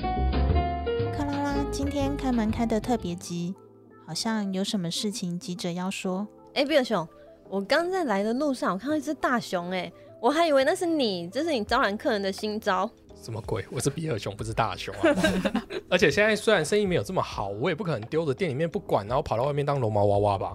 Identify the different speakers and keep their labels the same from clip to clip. Speaker 1: 克拉拉今天开门开得特别急，好像有什么事情急着要说。
Speaker 2: 哎、比尔熊，我刚在来的路上，我看到一只大熊、哎，我还以为那是你，这是你招揽客人的新招。
Speaker 3: 什么鬼？我是比尔熊，不是大熊啊！ 而且现在虽然生意没有这么好，我也不可能丢着店里面不管，然后跑到外面当龙毛娃娃吧？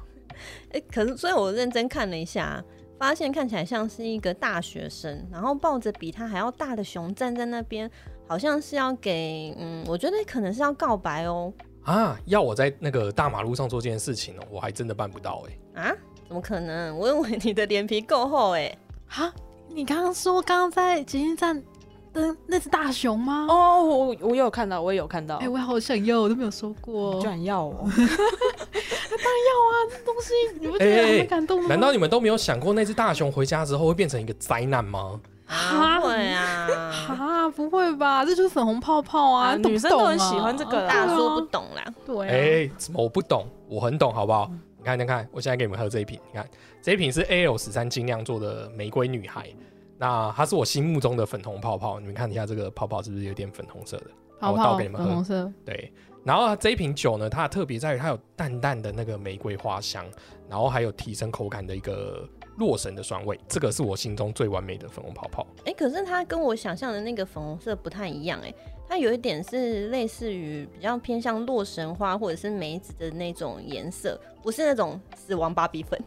Speaker 2: 哎、可是所以我认真看了一下，发现看起来像是一个大学生，然后抱着比他还要大的熊站在那边，好像是要给，嗯，我觉得可能是要告白哦。
Speaker 3: 啊，要我在那个大马路上做这件事情哦，我还真的办不到哎、
Speaker 2: 啊？怎么可能？我认为你的脸皮够厚、哎。
Speaker 4: 啊，你刚刚说刚刚在捷运站的那只大熊吗？哦，
Speaker 5: 哦，我我有看到，我也有看到
Speaker 4: 哎、，我好想要，我都没有说过。
Speaker 5: 居然要哦 我，
Speaker 4: 要啊，这东西你不觉
Speaker 3: 哎哎
Speaker 4: 得
Speaker 3: 哎
Speaker 4: 很感动吗？
Speaker 3: 难道你们都没有想过那只大熊回家之后会变成一个灾难吗？
Speaker 2: 啊，
Speaker 4: 啊
Speaker 2: 会啊，
Speaker 4: 啊，不会吧？这就是粉红泡泡啊，
Speaker 5: 啊
Speaker 4: 你懂
Speaker 5: 女
Speaker 4: 不
Speaker 5: 生
Speaker 4: 懂
Speaker 5: 都
Speaker 4: 啊？
Speaker 5: 很喜欢这个啦
Speaker 2: 大叔不懂啦。
Speaker 4: 对
Speaker 3: 哎、
Speaker 4: 啊，
Speaker 3: 什么我不懂，我很懂好不好？你看，你看，我现在给你们喝这一瓶，你看这一瓶是 A L 十三精酿做的玫瑰女孩，那它是我心目中的粉红泡泡，你们看一下这个泡泡是不是有点粉红色的？好
Speaker 4: 泡
Speaker 3: 我
Speaker 4: 泡
Speaker 3: 倒给你们喝
Speaker 4: 粉红色，
Speaker 3: 对，然后这一瓶酒呢，它的特别在于它有淡淡的那个玫瑰花香，然后还有提升口感的一个洛神的酸味，这个是我心中最完美的粉红泡泡。
Speaker 2: 哎、可是它跟我想象的那个粉红色不太一样、哎，它有一点是类似于比较偏向洛神花或者是梅子的那种颜色，不是那种死亡芭比粉。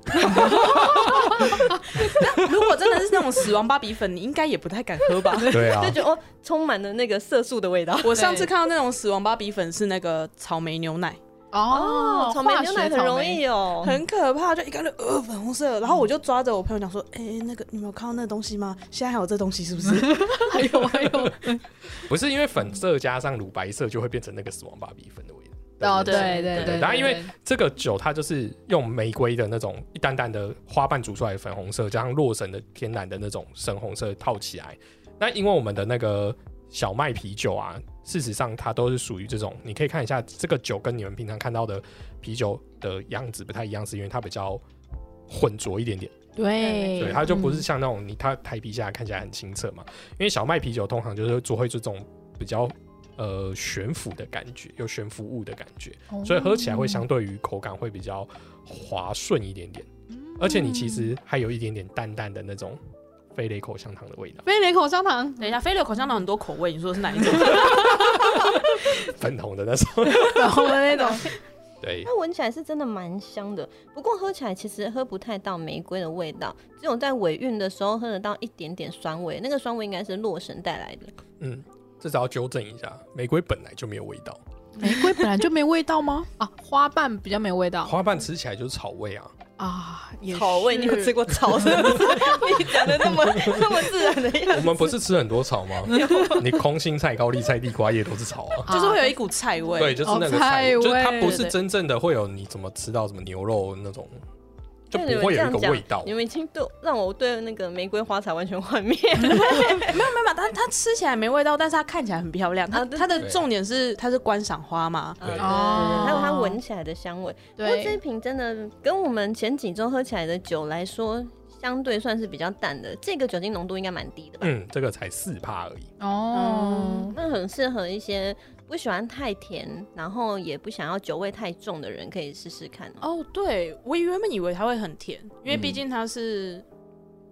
Speaker 5: 如果真的是那种死亡芭比粉，你应该也不太敢喝 吧？
Speaker 3: 对 啊
Speaker 2: 就觉得哦，充满了那个色素的味道。
Speaker 5: 我上次看到那种死亡芭比粉是那个草莓牛奶，
Speaker 4: 哦，
Speaker 2: 草莓牛奶
Speaker 4: 化学
Speaker 2: 很
Speaker 4: 草
Speaker 2: 容
Speaker 4: 莓
Speaker 2: 易哦。
Speaker 5: 很可怕，就一看就呃粉红色，然后我就抓着我朋友讲说，哎、那个你们有看到那个东西吗？现在还有这东西是不是？哎
Speaker 4: 还有还有，
Speaker 3: 不是因为粉色加上乳白色就会变成那个死亡芭比粉的味道。
Speaker 4: 哦， 对对
Speaker 3: 对
Speaker 4: 对，
Speaker 3: 然后因为
Speaker 4: 对
Speaker 3: 这个酒它就是用玫瑰的那种一淡淡的花瓣煮出来的粉红色，加上洛神的天然的那种深红色套起来。那因为我们的那个小麦啤酒啊，事实上它都是属于这种，你可以看一下这个酒跟你们平常看到的啤酒的样子不太一样，是因为它比较浑浊一点点。
Speaker 4: 对嗯
Speaker 3: 对，它就不是像那种你它台皮下看起来很清澈嘛，因为小麦啤酒通常就是做会这种比较呃悬浮的感觉，有悬浮物的感觉，所以喝起来会相对于口感会比较滑顺一点点，而且你其实还有一点点淡淡的那种飞雷口香糖的味道，
Speaker 4: 飞雷口香糖，
Speaker 5: 等一下，飞流口香糖很多口味，你说是哪一种？
Speaker 3: 粉红的那种，
Speaker 4: 然后那种
Speaker 3: 对。
Speaker 2: 它闻起来是真的蛮香的，不过喝起来其实喝不太到玫瑰的味道，只有在尾韵的时候喝得到一点点酸味，那个酸味应该是洛神带来的。
Speaker 3: 嗯，至少要纠正一下，玫瑰本来就没有味道，
Speaker 4: 玫瑰本来就没味道吗？ 啊，花瓣比较没味道
Speaker 3: 花瓣吃起来就是草味啊。
Speaker 4: 啊，也
Speaker 2: 草味，你有吃过草是不 是？你讲的那么那么自然的样
Speaker 3: 我
Speaker 2: 子。
Speaker 3: 们不是吃很多草吗？你空心菜、高丽菜、地瓜叶都是草啊。
Speaker 5: 就是会有一股菜味。
Speaker 3: 对，就是
Speaker 4: 哦
Speaker 3: 那个
Speaker 4: 菜
Speaker 3: 味，就是
Speaker 4: 味
Speaker 3: 它不
Speaker 5: 对
Speaker 3: 是真正的会有你怎么吃到什么牛肉那种，就
Speaker 2: 对
Speaker 3: 不会有一个味道
Speaker 2: 你。们已经对让我对那个玫瑰花茶完全 幻灭。
Speaker 5: 没有没有，没有它它吃起来没味道，但是它看起来很漂亮。它、
Speaker 2: 啊对
Speaker 5: 它的
Speaker 3: 对
Speaker 5: 重点是它是观赏花嘛，
Speaker 3: 对
Speaker 4: 哦
Speaker 2: 还有它闻起来的香味。不过这一
Speaker 5: 哦
Speaker 4: 对，
Speaker 2: 瓶真的跟我们前几周喝起来的酒来说，相对算是比较淡的，这个酒精浓度应该蛮低的吧？
Speaker 3: 嗯，这个才四帕而已。
Speaker 4: 哦，
Speaker 2: 那很适合一些不喜欢太甜，然后也不想要酒味太重的人可以试试看哦。
Speaker 5: 哦，对，我原本以为它会很甜，因为
Speaker 3: 嗯
Speaker 5: 毕竟它是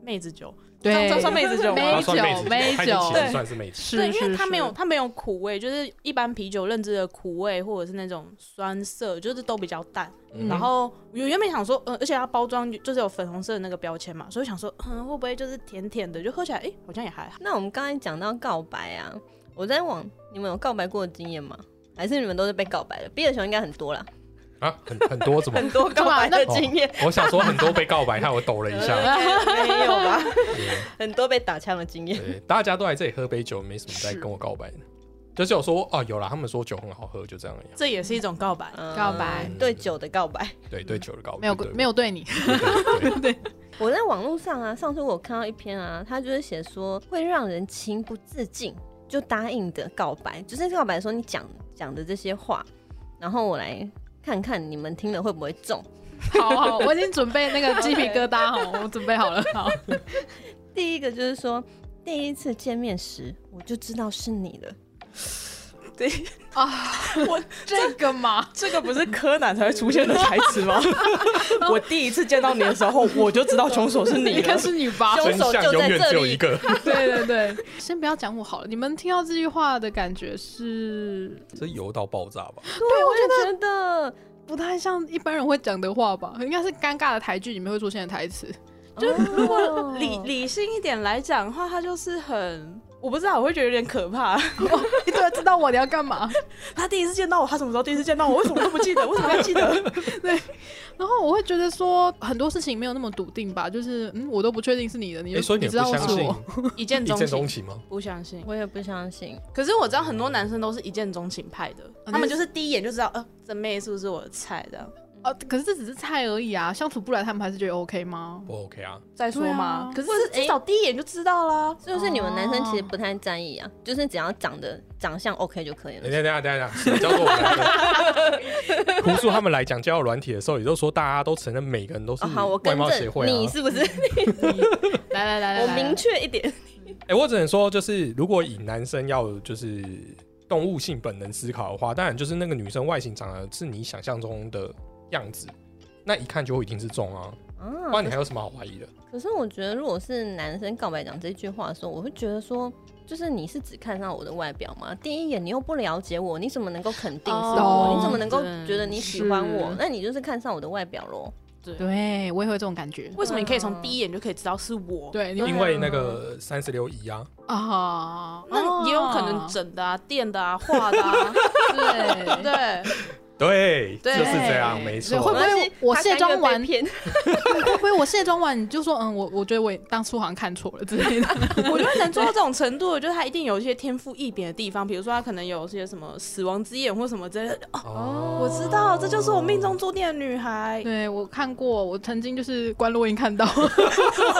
Speaker 5: 妹子酒，
Speaker 4: 对，
Speaker 5: 这样算 妹子酒
Speaker 4: 妹
Speaker 5: 吗
Speaker 3: 它？算
Speaker 4: 酒
Speaker 3: 妹子
Speaker 4: 美
Speaker 3: 它已经
Speaker 4: 酒
Speaker 3: 其实算是妹子。
Speaker 4: 是
Speaker 5: 对，因为它
Speaker 4: 是
Speaker 5: 没有
Speaker 4: 是
Speaker 5: 它没有苦味，就是一般啤酒认知的苦味或者是那种酸涩，就是都比较淡。
Speaker 3: 嗯
Speaker 5: 然后我原本想说，呃，而且它包装就是有粉红色的那个标签嘛，所以想说，嗯，会不会就是甜甜的，就喝起来，哎、好像也还好。
Speaker 2: 那我们刚才讲到告白啊， 我在网，你们有告白过的经验吗？还是你们都是被告白的？比尔熊应该很多啦。
Speaker 3: 啊，很很多怎么？
Speaker 5: 很多告白的
Speaker 3: 哦
Speaker 5: 经验，
Speaker 3: 我想说很多被告白，害我抖了一 下。
Speaker 2: 呃没有吧？
Speaker 3: 对
Speaker 2: 很多被打枪的经 验。
Speaker 3: 对，大家都来这里喝杯酒，没什么在跟我告白的，就是有说哦，有啦，他们说酒很好喝，就这样而已啊。
Speaker 5: 这也是一种告白。
Speaker 2: 嗯
Speaker 4: 告白
Speaker 2: 对酒的告白，
Speaker 3: 对对，酒的告白
Speaker 4: 没有没
Speaker 3: 有。
Speaker 4: 有 对你，
Speaker 3: 对对对
Speaker 2: 我在网络上啊，上次我看到一篇啊，他就是写说会让人情不自禁就答应的告白，就是告白说你讲讲的这些话，然后我来看看你们听了会不会中。
Speaker 4: 好好，我已经准备那个鸡皮疙瘩哦，我准备好了，好，
Speaker 2: 第一个就是说，第一次见面时我就知道是你了，
Speaker 4: 这个嘛，
Speaker 5: 这个不是柯南才会出现的台词 吗？我第一次见到你的时候，我就知道凶手是你
Speaker 4: 应该
Speaker 5: 了。
Speaker 4: 是你吧？
Speaker 2: 凶
Speaker 3: 真
Speaker 2: 手
Speaker 3: 相
Speaker 2: 就
Speaker 3: 永
Speaker 2: 在
Speaker 3: 远
Speaker 2: 这
Speaker 3: 只有
Speaker 2: 里
Speaker 3: 一个。
Speaker 4: 对对对，先不要讲我好了，你们听到这句话的感觉是，
Speaker 3: 这油到爆炸吧？
Speaker 2: 对，我也觉得，
Speaker 4: 不太像一般人会讲的话吧？应该是尴尬的台剧里面会出现的台 词。
Speaker 5: 就如果
Speaker 2: 哦
Speaker 5: 理理性一点来讲的话，他就是很，我不知道，我会觉得有点可怕。
Speaker 4: 你怎么知道我你要干嘛？
Speaker 5: 他第一次见到我，他什么时候第一次见到我？为什么都不记得？为什么要记 得？
Speaker 4: 然后我会觉得说很多事情没有那么笃定吧，就是嗯，我都不确定是你的，你就、
Speaker 3: 哎，所以你
Speaker 4: 你
Speaker 3: 不
Speaker 4: 知道
Speaker 3: 相
Speaker 4: 是
Speaker 3: 信
Speaker 4: 我，
Speaker 5: 一见
Speaker 3: 一
Speaker 5: 钟
Speaker 3: 见钟情
Speaker 5: 情，
Speaker 3: 吗？
Speaker 5: 不相信。
Speaker 2: 我也不相信，
Speaker 5: 可是我知道很多男生都是一见钟情派的，
Speaker 4: 嗯
Speaker 5: 他们就是第一眼就知道，呃，这妹是不是我的菜的？
Speaker 4: 哦，可是这只是菜而已啊，相处不来，他们还是觉得 OK 吗？
Speaker 3: 不 OK 啊？
Speaker 5: 再说嘛。
Speaker 4: 对
Speaker 5: 可是哎啊至少第一眼就知道啦。
Speaker 2: 就是你们男生其实
Speaker 4: 哦
Speaker 2: 不太在意啊，就是只要长得长相 OK 就可以
Speaker 3: 等
Speaker 2: 了。
Speaker 3: 一下等一下等一下，什么叫做我们来讲？ 胡叔他们来讲交友软体的时候，也就是说大家都承认每个人都是
Speaker 2: 哦、好，我
Speaker 3: 外
Speaker 2: 更
Speaker 3: 貌协
Speaker 2: 正
Speaker 3: 会、啊。
Speaker 2: 你是不是？
Speaker 4: 来来来来，
Speaker 2: 我
Speaker 4: 来
Speaker 2: 明确一点，
Speaker 3: 哎、我只能说，就是如果以男生要就是动物性本能思考的话，当然就是那个女生外形长得是你想象中的样子，那一看就一定是中啊，
Speaker 2: 啊
Speaker 4: 哦
Speaker 3: 不然你还有什么好怀疑的？
Speaker 2: 可是我觉得，如果是男生告白讲这句话的时候，我会觉得说，就是你是只看上我的外表吗？第一眼你又不了解我，你怎么能够肯定是我？
Speaker 4: 哦
Speaker 2: 你怎么能够
Speaker 5: 对
Speaker 2: 觉得你喜欢我
Speaker 4: 是？
Speaker 2: 那你就是看上我的外表喽。
Speaker 4: 对我也会有这种感觉。
Speaker 5: 为什么你可以从第一眼就可以知道是我？
Speaker 4: 对，你
Speaker 2: 对啊
Speaker 3: 因为那个三十六姨啊，
Speaker 4: 啊，
Speaker 3: 哦
Speaker 5: 那也有可能
Speaker 4: 真
Speaker 5: 整的啊、电的啊、画的啊，
Speaker 4: 对
Speaker 5: 对。
Speaker 3: 对，
Speaker 5: 对
Speaker 3: 就是这样，没
Speaker 4: 所以会
Speaker 3: 错
Speaker 4: 不。会我
Speaker 2: 他甘
Speaker 4: 卸
Speaker 2: 愿
Speaker 4: 妆完
Speaker 2: 被，骗，
Speaker 4: 会 不会我卸妆完你就说嗯，我我觉得我当初好像看错了之类的。
Speaker 5: 我觉得能做到这种程度，我觉得他一定有一些天赋异禀的地方，比如说他可能有些什么死亡之眼或什么之类的。哦，
Speaker 3: 哦
Speaker 5: 我知道，这就是我命中注定的女孩。
Speaker 4: 对我看过，我曾经就是关录音看 到，
Speaker 5: 哦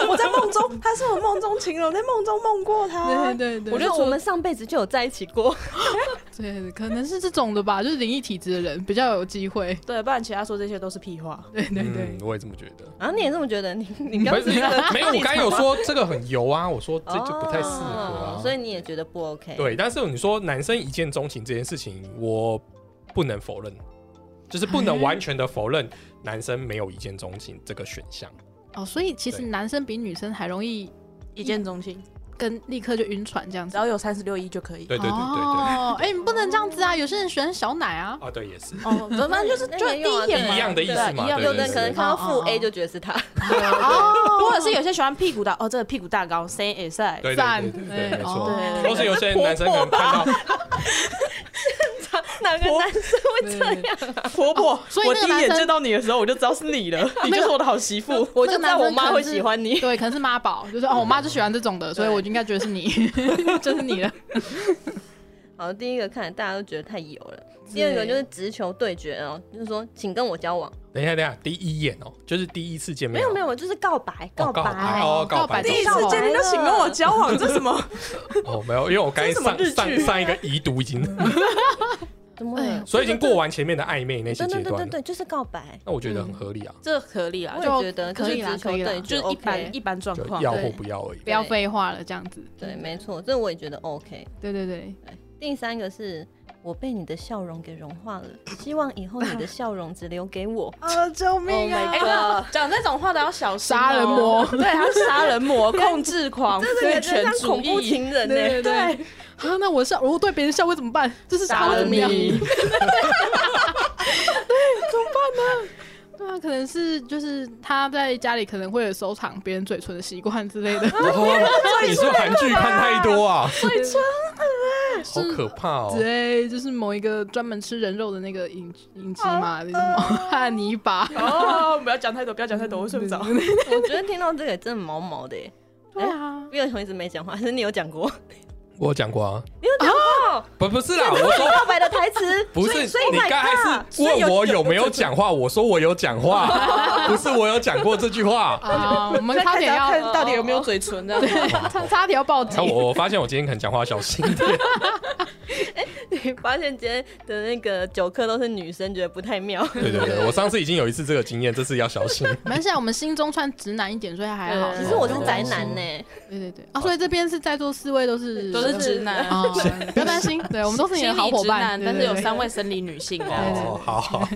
Speaker 5: 我在梦中，她是我梦中情人，我在梦中梦过她
Speaker 4: 对。对 对，
Speaker 2: 我觉得我们上辈子就有在一起过。
Speaker 4: 对，可能是这种的吧，就是灵异体质的人比较有机会。
Speaker 5: 对，不然其他说这些都是屁话。
Speaker 4: 对对对
Speaker 3: 嗯，，我也这么觉得。
Speaker 2: 啊，你也这么觉得？你你刚
Speaker 3: 不是没有，我刚才有说这个很油啊，我说这就不太适合啊。
Speaker 2: 哦所以你也觉得不 OK？，
Speaker 3: 对，但是你说男生一见钟情这件事情，我不能否认，就是不能完全的否认男生没有一见钟情这个选项。
Speaker 4: 哦，所以其实
Speaker 3: 对
Speaker 4: 男生比女生还容易
Speaker 5: 一见钟情，
Speaker 4: 跟立刻就晕船这样
Speaker 5: 只
Speaker 4: 子。
Speaker 5: 要有三十六亿就可以。
Speaker 3: 对对对对
Speaker 4: 哦，哎，你不能这样子啊！有些人喜欢小奶啊
Speaker 3: 对，，啊，对也是。
Speaker 5: 哦，反正就是
Speaker 2: 那
Speaker 5: 就
Speaker 2: 也
Speaker 5: 第
Speaker 2: 有啊
Speaker 5: 一眼嘛
Speaker 3: 一样的意思
Speaker 5: 对
Speaker 3: 嘛
Speaker 5: 一样
Speaker 2: 有
Speaker 3: 对对
Speaker 2: 的啊可
Speaker 3: 对
Speaker 2: 能看到
Speaker 4: 哦
Speaker 2: 副
Speaker 4: 哦哦
Speaker 2: A 就觉得是他，
Speaker 5: 啊哦或者是有些喜欢屁股大，哦，这个屁股大高，C S I。
Speaker 3: 对
Speaker 4: 赞
Speaker 3: 对对对，
Speaker 4: 对
Speaker 3: 没
Speaker 4: 哦
Speaker 3: 错，
Speaker 5: 对
Speaker 3: 都是有些人男生可能看到，
Speaker 2: 哪个男生 会这
Speaker 4: 对
Speaker 2: 样？
Speaker 5: 婆婆，
Speaker 4: 所以
Speaker 5: 我
Speaker 4: 那个
Speaker 5: 第一
Speaker 4: 男
Speaker 5: 眼
Speaker 4: 生
Speaker 5: 见到你的时候，我就知道是你了，你就是我的好媳 妇。
Speaker 2: 我就知
Speaker 4: 那
Speaker 2: 道
Speaker 4: 个男生
Speaker 2: 我妈会喜欢 你。
Speaker 4: 对，可能是妈宝，就是哦，我妈就喜欢这种的，所以我就应该觉得是你，就是你了。
Speaker 2: 好，第一个看大家都觉得太油了，第二个就是直球对决哦，就是说请跟我交往。
Speaker 4: 哎
Speaker 3: 等一下等一下，第一眼哦，就是第一次见面
Speaker 2: 没
Speaker 3: 哦，
Speaker 2: 有没有，我就是告白，
Speaker 3: 哦告白
Speaker 2: 白。
Speaker 3: 哦，告白
Speaker 4: 告
Speaker 5: 第
Speaker 4: 白
Speaker 5: 一次见面就请跟我交往，这什么？
Speaker 3: 哦，没有，因为我刚才
Speaker 5: 这是什么
Speaker 3: 上
Speaker 5: 日
Speaker 3: 上
Speaker 5: 剧
Speaker 3: 上一个遗毒已经，
Speaker 2: 怎么了？
Speaker 3: 所以已经过完前面的暧昧那些
Speaker 2: 对
Speaker 3: 阶
Speaker 2: 对对对
Speaker 3: 段了，
Speaker 2: 对，就是告白。
Speaker 3: 那我觉得很合理啊，
Speaker 5: 这合理啊
Speaker 2: 我也
Speaker 4: 就
Speaker 2: 觉得
Speaker 4: 可
Speaker 2: 是
Speaker 4: 以啦
Speaker 2: 直球
Speaker 4: 可以啦
Speaker 2: 对决
Speaker 5: 就是一
Speaker 2: OK
Speaker 5: 般一般状
Speaker 3: 就
Speaker 5: 况。
Speaker 3: 要或
Speaker 4: 对
Speaker 3: 不要而已。
Speaker 4: 不要废话了，这样子。
Speaker 2: 对，没错，这我也觉得 OK。
Speaker 4: 对对对，
Speaker 2: 第三个是我被你的笑容给融化了，希望以后你的笑容只留给我。
Speaker 4: 啊，救
Speaker 2: 命啊 Oh my
Speaker 5: 哎，那讲这种话的要小心哦
Speaker 4: 杀人魔
Speaker 5: 对，他是杀人 魔、控制
Speaker 2: 哦
Speaker 5: 狂、父权
Speaker 2: 像
Speaker 5: 主
Speaker 2: 恐怖
Speaker 5: 义。
Speaker 2: 情人呢、
Speaker 4: 对对对，啊，那我笑，我对别人笑会怎么办？就是他会怎么样？
Speaker 5: 你，
Speaker 4: 对啊，可能是就是他在家里可能会有收藏别人嘴唇的习惯之类的。
Speaker 3: 哦你是韩剧看太多啊？
Speaker 4: 嘴唇
Speaker 3: 好可怕哦！
Speaker 4: 对，就是某一个专门吃人肉的那个影影集嘛，那什么汉尼拔，
Speaker 5: 哦，不要讲太多，不要讲太多，我睡不着。
Speaker 4: 嗯
Speaker 2: 我觉得听到这个真的毛毛的耶。
Speaker 4: 对啊，
Speaker 2: 因为我一直没讲话，还是你有讲过？
Speaker 3: 我有讲过啊，
Speaker 2: 你有讲过
Speaker 3: 不不是啦，我说
Speaker 2: 告白的台词？
Speaker 3: 不是，
Speaker 2: 所以所以
Speaker 3: 你
Speaker 2: my
Speaker 3: 刚才
Speaker 2: God，
Speaker 3: 是
Speaker 2: 所以
Speaker 3: 问我
Speaker 2: 有
Speaker 3: 有没有讲话，我说我有讲 话，不是我有讲过这句话。
Speaker 4: 啊，我们
Speaker 5: 再
Speaker 4: 差
Speaker 5: 看
Speaker 4: 点要哦
Speaker 5: 看到底有没有嘴唇这样子。
Speaker 4: 差差点要报警
Speaker 3: 啊，。我我发现我今天可能讲话要小心一 点，
Speaker 2: 你 发现今天的那个酒客都是女生，觉得不太妙。
Speaker 3: 对对对，我上次已经有一次这个经验，这次要小心。
Speaker 4: 没关系啊，我们心中算直男一点，所以还好。
Speaker 2: 其实我是宅
Speaker 3: 嗯
Speaker 2: 男呢、
Speaker 4: 对对对啊，所以这边是在座四位都是
Speaker 5: 都是直男
Speaker 4: 啊，不要担心，对我们都是你的好伙伴，
Speaker 5: 心理直男但是有三
Speaker 4: 位
Speaker 5: 位生理女性 哦。
Speaker 3: 哦，好好好，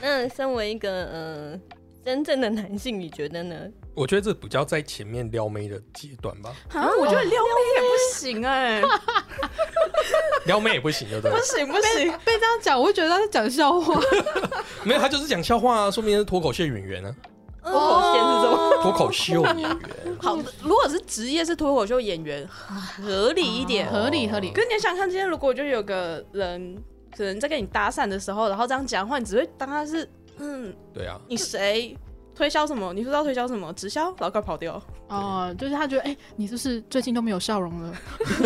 Speaker 2: 那身为一个呃真正的男性，你觉得呢？
Speaker 3: 我觉得这比较在前面撩妹的阶段吧，
Speaker 5: 啊，我觉得撩妹也 不行哎，
Speaker 3: 撩妹也不行，对不对
Speaker 5: 不？行不行，
Speaker 4: 被这样讲，我会觉得他在讲笑话。
Speaker 3: 没有，他就是讲笑话啊，说明是脱口秀演员啊，
Speaker 2: 脱口
Speaker 5: 哦
Speaker 2: 线是什 么？
Speaker 3: 脱口秀演员。
Speaker 5: 好，如果是职业是脱口秀演员，合理一点。
Speaker 4: 合理合理
Speaker 5: 可是你想看，今天如果就有个人可能在跟你搭讪的时候，然后这样讲话，你只会当他是嗯，
Speaker 3: 对啊，
Speaker 5: 你谁推销什么？你不知道推销什么？直销，然后快跑掉。
Speaker 4: 哦，就是他觉得，哎、你是不是最近都没有笑容了？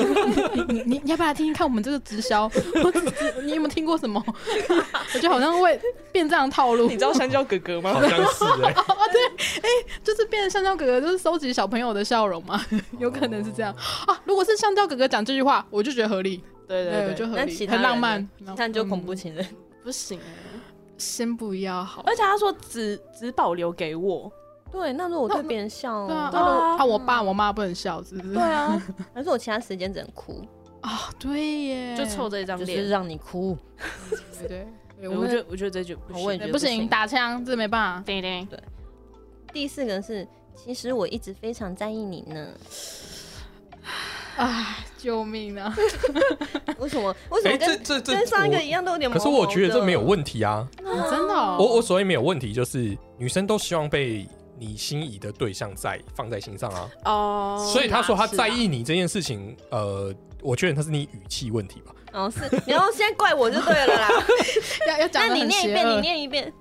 Speaker 4: 你你你你要不要来听听看我们这个直销？ 我只是你有没有听过什么？ 我觉得好像会变这样的套路 哦
Speaker 5: 你，知道香蕉哥哥 吗
Speaker 3: 好？像是哎，
Speaker 4: 哎就是变成香蕉哥哥，就是收集小朋友的笑容嘛， 有可能是这样啊。如果是香蕉哥哥讲这句话，我就觉得合理，
Speaker 5: 对
Speaker 4: 对
Speaker 5: 对
Speaker 4: 我
Speaker 5: 对，
Speaker 4: 就合
Speaker 2: 那
Speaker 4: 理，
Speaker 2: 其他
Speaker 4: 很浪
Speaker 2: 人
Speaker 4: 漫。
Speaker 2: 你看就恐怖欸
Speaker 4: 嗯
Speaker 2: 情人，
Speaker 5: 不行哎。
Speaker 4: 先不要好。
Speaker 2: 哦
Speaker 5: 而且他说只只保留给我，
Speaker 2: 对，那如果我对别人笑
Speaker 4: 对啊，
Speaker 5: 对啊
Speaker 4: 啊，啊我爸我妈不能笑，是不是？啊，
Speaker 5: 啊，
Speaker 2: 还是我其他时间只能哭，
Speaker 4: 对耶，
Speaker 5: 就凑这一张
Speaker 2: 就是
Speaker 5: 脸。
Speaker 2: 让你哭。
Speaker 4: 对对对，
Speaker 5: 对
Speaker 4: 我
Speaker 5: 我
Speaker 4: 们
Speaker 5: 觉得我觉得这就不
Speaker 2: 我也
Speaker 5: 行
Speaker 2: 觉得
Speaker 4: 不
Speaker 2: 不行
Speaker 4: 行，打枪这没办法。
Speaker 2: 第四个是，其实我一直非常在意你 呢。
Speaker 4: 唉，救 命啊！
Speaker 2: 为什么？为什
Speaker 3: 哎，这
Speaker 2: 么跟
Speaker 3: 这这
Speaker 2: 跟上一个一
Speaker 3: 我。
Speaker 2: 样都有点毛
Speaker 3: 可
Speaker 2: 毛的？
Speaker 3: 是我觉得这没有问题啊，
Speaker 4: 哦真的哦，
Speaker 3: 我我所以没有问题，就是女生都希望被你心仪的对象在放在心上啊，
Speaker 5: 哦。
Speaker 3: 所以他说他
Speaker 5: 是啊
Speaker 3: 在，意你这件事情，呃，我觉得他是你语气问题吧。
Speaker 2: 哦，是，然后现在怪我就对了啦。
Speaker 4: 要要 讲
Speaker 2: 那
Speaker 4: 的
Speaker 2: 你
Speaker 4: 很
Speaker 2: 念一
Speaker 4: 邪
Speaker 2: 遍，你
Speaker 4: 恶。
Speaker 2: 念一遍。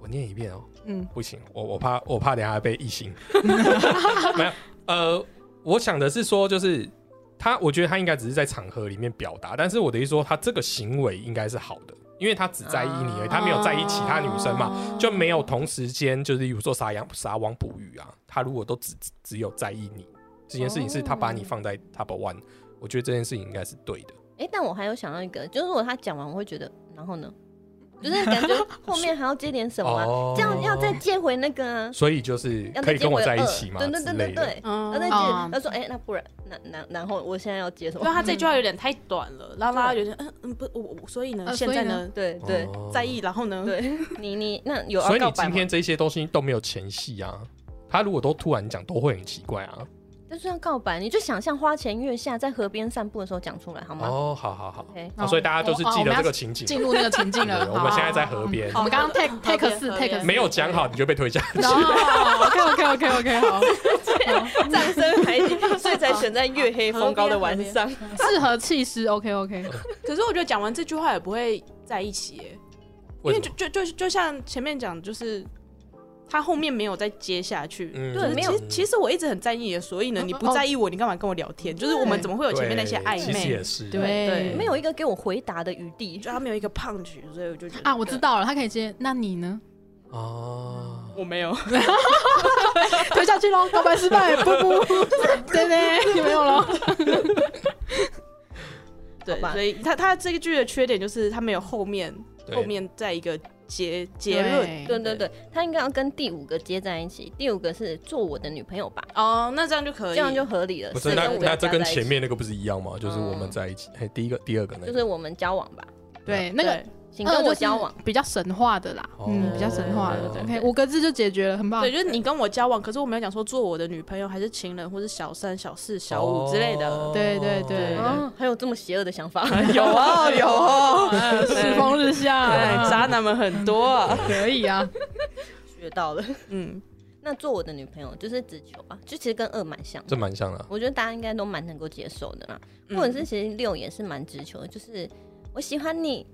Speaker 3: 我念一遍哦，
Speaker 4: 嗯，
Speaker 3: 不行，我我怕我怕等下被异 形。 没有，呃，我想的是说，就是他，我觉得他应该只是在场合里面表达，但是我的意思说，他这个行为应该是好的，因为他只在意你
Speaker 2: 啊
Speaker 3: 而已，他没有在意其他女生嘛。
Speaker 4: 哦
Speaker 3: 就没有同时间，就是比如说撒羊撒网捕鱼啊，他如果都只只只有在意你这件事情，是他把你放在 top one，、我觉得这件事情应该是对的。
Speaker 2: 哎，但我还有想到一个，就是如果他讲完，我会觉得，嗯然后呢，就是感觉后面还要接点什么啊，
Speaker 3: 哦
Speaker 2: 这样要再接回那个啊，
Speaker 3: 所以就是
Speaker 2: 要
Speaker 3: 可
Speaker 2: 再
Speaker 3: 以
Speaker 2: 接
Speaker 3: 跟我
Speaker 2: 回
Speaker 3: 在一
Speaker 2: 二
Speaker 3: 起嘛
Speaker 2: 对对对
Speaker 3: 之类
Speaker 2: 对
Speaker 3: 的
Speaker 2: 对。
Speaker 5: 嗯
Speaker 2: 要再接
Speaker 4: 哦，
Speaker 2: 他说，哎，那不然，那那然后我现在要接什
Speaker 5: 对
Speaker 2: 么？
Speaker 5: 他这句话有点太短了，让大家有点嗯嗯不，我我所以呢，
Speaker 4: 呃
Speaker 5: 现在呢
Speaker 2: 对对
Speaker 3: 哦
Speaker 5: 在意，然后呢，
Speaker 2: 对，你你那有要
Speaker 3: 所以你
Speaker 2: 告
Speaker 3: 今
Speaker 2: 白吗？
Speaker 3: 天这些东西都没有前戏啊。他如果都突然讲，都会很奇怪啊。
Speaker 2: 就是要告白，你就想象花前月下在河边散步的时候讲出来好 吗
Speaker 3: 哦，好好好，
Speaker 2: ？OK，
Speaker 3: 啊所以大家就是
Speaker 4: 哦
Speaker 3: 记
Speaker 4: 我们
Speaker 3: 得
Speaker 4: 要
Speaker 3: 这个情景。啊
Speaker 4: 进入那个情境
Speaker 3: 对
Speaker 4: 了。
Speaker 3: 对
Speaker 4: 好
Speaker 3: 我们现在在河边
Speaker 4: 我，们刚刚 take
Speaker 5: 河边
Speaker 4: take 四
Speaker 5: 河
Speaker 4: take
Speaker 5: 边
Speaker 4: 四，
Speaker 3: 没有讲好你就被推下。
Speaker 4: OK OK OK OK 好，
Speaker 2: 葬身海底，所以才选在月黑风高的晚上。
Speaker 4: 适合气势 OK OK。
Speaker 5: 可是我觉得讲完这句话也不会在一起耶，因
Speaker 3: 为
Speaker 5: 为
Speaker 3: 什
Speaker 5: 就
Speaker 3: 么
Speaker 5: 就就就像前面讲，就是他后面没有再接下去。
Speaker 3: 嗯
Speaker 5: 就是
Speaker 2: 没
Speaker 5: 其
Speaker 2: 有
Speaker 5: 实其实我一直很在意的，所以呢，
Speaker 4: 哦
Speaker 5: 你不在意我，你干嘛跟我聊天？就是我们怎么会有前面那些
Speaker 3: 对
Speaker 5: 暧
Speaker 3: 其实
Speaker 5: 昧
Speaker 3: 也？是，
Speaker 5: 对
Speaker 2: 没有一个给我回答的余地
Speaker 5: 就。他没有一个胖局，所以我就觉得
Speaker 4: 啊，我知道了，他可以接。那你呢？
Speaker 3: 哦，
Speaker 5: 我 没有，
Speaker 4: 推下去喽，告白失败，不不， 对对， 没有了。
Speaker 5: 对
Speaker 2: 好，吧
Speaker 5: 所以他他这个剧的缺点就是他没有后面
Speaker 3: 对
Speaker 5: 后面再一个结结论。
Speaker 2: 对对对，他应该要跟第五个接在一起。第五个是做我的女朋友吧，
Speaker 5: 哦，那这样就可以，
Speaker 2: 这样就合理了。
Speaker 3: 不
Speaker 2: 四
Speaker 3: 是那
Speaker 2: 跟五
Speaker 3: 那
Speaker 2: 个
Speaker 3: 这
Speaker 2: 加
Speaker 3: 跟
Speaker 2: 在一
Speaker 3: 前
Speaker 2: 起，
Speaker 3: 面那个不是一样吗？就是我们在一起，
Speaker 5: 嗯
Speaker 3: 嘿，第一个第二个那
Speaker 2: 就是
Speaker 3: 个，
Speaker 2: 我们交往吧，
Speaker 4: 对，那
Speaker 5: 那
Speaker 4: 个呃
Speaker 5: 个
Speaker 2: 请跟我交 往。
Speaker 4: 比较神话的啦，
Speaker 3: 哦
Speaker 4: 嗯，比较神话的。
Speaker 3: 对
Speaker 2: 对
Speaker 4: OK，五个字就解决了，很棒
Speaker 5: 对，。就是你跟我交往，可是我没有讲说做我的女朋友，还是情人，或是小三、小四、小
Speaker 3: 哦
Speaker 5: 五之类的。
Speaker 4: 对对对
Speaker 5: 对
Speaker 2: 哦，还有这么邪恶的想法，
Speaker 3: 哎
Speaker 5: 有
Speaker 3: 啊
Speaker 5: 哦，有哦，
Speaker 4: 世风日下，
Speaker 5: 哎，渣男们很多啊。
Speaker 4: 可以啊。
Speaker 2: 学到了。
Speaker 5: 嗯，
Speaker 2: 那做我的女朋友就是直球啊，就其实跟二蛮像的。
Speaker 3: 这蛮像的啊。
Speaker 2: 我觉得大家应该都蛮能够接受的啦，
Speaker 5: 嗯
Speaker 2: 或者是其实六也是蛮直球的，就是我喜欢你，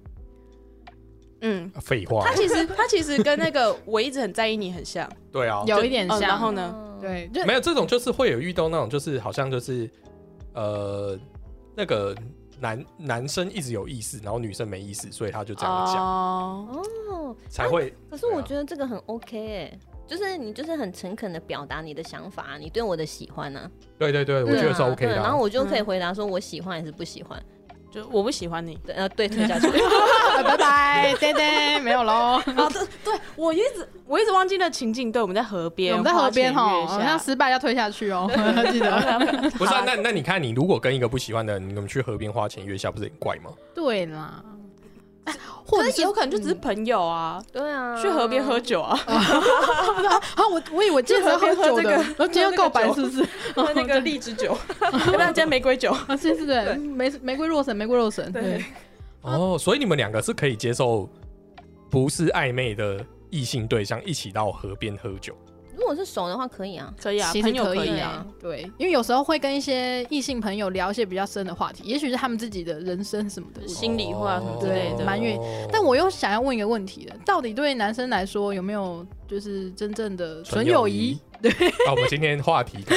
Speaker 5: 嗯，
Speaker 3: 废话
Speaker 5: 他，其实 他其实跟那个我一直很在意你很像，
Speaker 3: 对啊，
Speaker 4: 有一点
Speaker 5: 嗯然
Speaker 4: 像，
Speaker 5: 后呢，
Speaker 2: 嗯，
Speaker 4: 对，就
Speaker 3: 没有这种就是会有遇到那种就是好像就是呃那个男男生一直有意思，然后女生没意思，所以他就这样讲、
Speaker 5: 哦，
Speaker 2: 哦，
Speaker 3: 才会。
Speaker 2: 可是我觉得这个很 OK 哎、就是你就是很诚恳的表达你的想法，你对我的喜欢啊，
Speaker 3: 对对对，我觉得是
Speaker 2: 对啊
Speaker 3: OK
Speaker 2: 对
Speaker 3: 的啊、嗯
Speaker 2: 然后我就可以回答说我喜欢还是不喜欢，
Speaker 5: 就我不喜欢你。
Speaker 2: 对，呃，对，退 下去。
Speaker 4: 啊拜拜，呆呆没有喽。
Speaker 5: 哦，对对，我一直我一直忘记那情境，对，我们在河边，
Speaker 4: 我们在河边
Speaker 5: 哈，
Speaker 4: 哈，好像失败要推下去 哦，记得。
Speaker 3: 不是、啊，那那你看，你如果跟一个不喜欢的人，你们去河边花钱约一下，不是很 怪吗？
Speaker 4: 对啦，
Speaker 5: 或者有可能就只是朋友啊，
Speaker 2: 对啊，
Speaker 4: 嗯
Speaker 5: 去河边喝 酒啊，
Speaker 4: 啊，我我以为今天要喝酒的，然后今天要告白是不是？
Speaker 5: 喝那个荔枝 酒，那间玫瑰酒，
Speaker 4: 啊，是是对，玫玫瑰若神，玫瑰若神， 对
Speaker 5: 对，
Speaker 3: 哦，所以你们两个是可以接受不是暧昧的异性对象一起到河边喝酒，
Speaker 4: 哦
Speaker 2: 如果是熟的话可以啊，
Speaker 5: 可以啊，
Speaker 4: 其
Speaker 5: 朋
Speaker 4: 实
Speaker 5: 友
Speaker 4: 可以
Speaker 5: 以
Speaker 4: 啊
Speaker 5: 啊，，
Speaker 4: 对，因为有时候会跟一些异性朋友聊一些比较深的话题，也许是他们自己的人生什么的。
Speaker 5: 心里话
Speaker 3: 哦
Speaker 5: 什么之类的
Speaker 4: 对蛮愿但我又想要问一个问题了，到底对男生来说有没有就是真正的纯友谊？
Speaker 3: 对，啊，我们今天话题改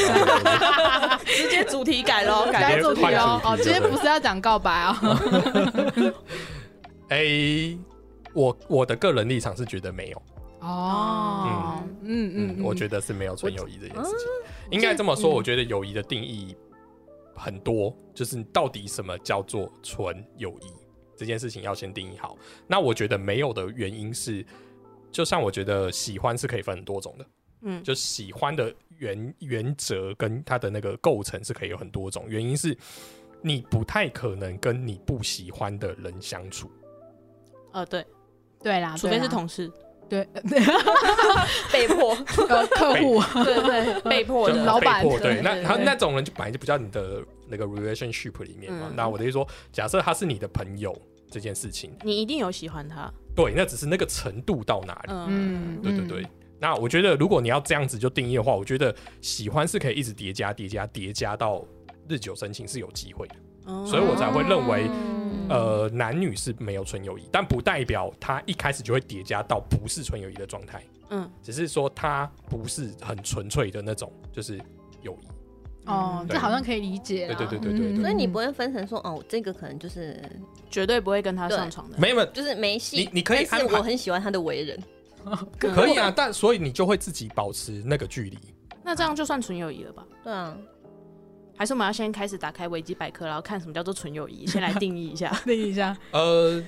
Speaker 3: 到
Speaker 5: 直接主题改喽，
Speaker 3: 改
Speaker 5: 改
Speaker 3: 天
Speaker 4: 主题
Speaker 3: 换
Speaker 4: 哦，
Speaker 3: 主题
Speaker 4: 哦，今天不是要讲告白 哦，
Speaker 3: 哎、我我的个人立场是觉得没有，
Speaker 4: 哦，嗯
Speaker 3: 嗯，我觉
Speaker 4: 得
Speaker 3: 得是没有纯友谊这件事情。应该这么说，
Speaker 4: 嗯
Speaker 3: 我觉得友谊的定义很多，就是到底什么叫做纯友谊这件事情要先定义好。那我觉得没有的原因是，就像我觉得喜欢是可以分很多种的，
Speaker 5: 嗯，
Speaker 3: 就喜欢的原原则跟它的那个构成是可以有很多种。原因是你不太可能跟你不喜欢的人相处，
Speaker 5: 呃，对，
Speaker 4: 对啦，
Speaker 5: 除非是同事，
Speaker 4: 对呃
Speaker 5: 被迫，
Speaker 4: 呃 客户，
Speaker 5: 对 对，被 迫
Speaker 3: 就
Speaker 5: 的，
Speaker 4: 老板
Speaker 3: 被迫对，
Speaker 4: 对
Speaker 3: 那
Speaker 4: 对
Speaker 3: 他
Speaker 4: 对
Speaker 3: 那种人就本来就不叫你的那个 relationship 里面嘛。
Speaker 5: 嗯
Speaker 3: 那我的意思说，假设他是你的朋友这件事情，
Speaker 5: 你一定有喜欢他，
Speaker 3: 对，那只是那个程度到哪里，
Speaker 5: 嗯，
Speaker 3: 对对对。那我觉得，如果你要这样子就定义的话，我觉得喜欢是可以一直叠加、叠加、叠加到日久生情是有机会的。
Speaker 5: 哦
Speaker 3: 所以我才会认为
Speaker 4: 嗯
Speaker 3: 呃，男女是没有纯友谊，但不代表他一开始就会叠加到不是纯友谊的状态，
Speaker 5: 嗯，
Speaker 3: 只是说他不是很纯粹的那种，就是友谊。
Speaker 4: 哦，
Speaker 3: 对
Speaker 4: 这好像可以理解啦，
Speaker 3: 对对对对对对
Speaker 4: 嗯
Speaker 2: 所以你不会分成说哦，这个可能就是
Speaker 5: 绝对不会跟他上床的，
Speaker 3: 没有没有，
Speaker 2: 就是没戏，
Speaker 3: 你你可以
Speaker 2: 但是
Speaker 3: 安排
Speaker 2: 我很喜欢他的为人，
Speaker 3: 可以啊，但所以你就会自己保持那个距离。
Speaker 5: 那这样就算纯友谊了吧？
Speaker 2: 对啊，
Speaker 5: 还是我们要先开始打开维基百科，然后看什么叫做纯 友谊，先来定义一下。
Speaker 4: 定义一下，
Speaker 3: 呃，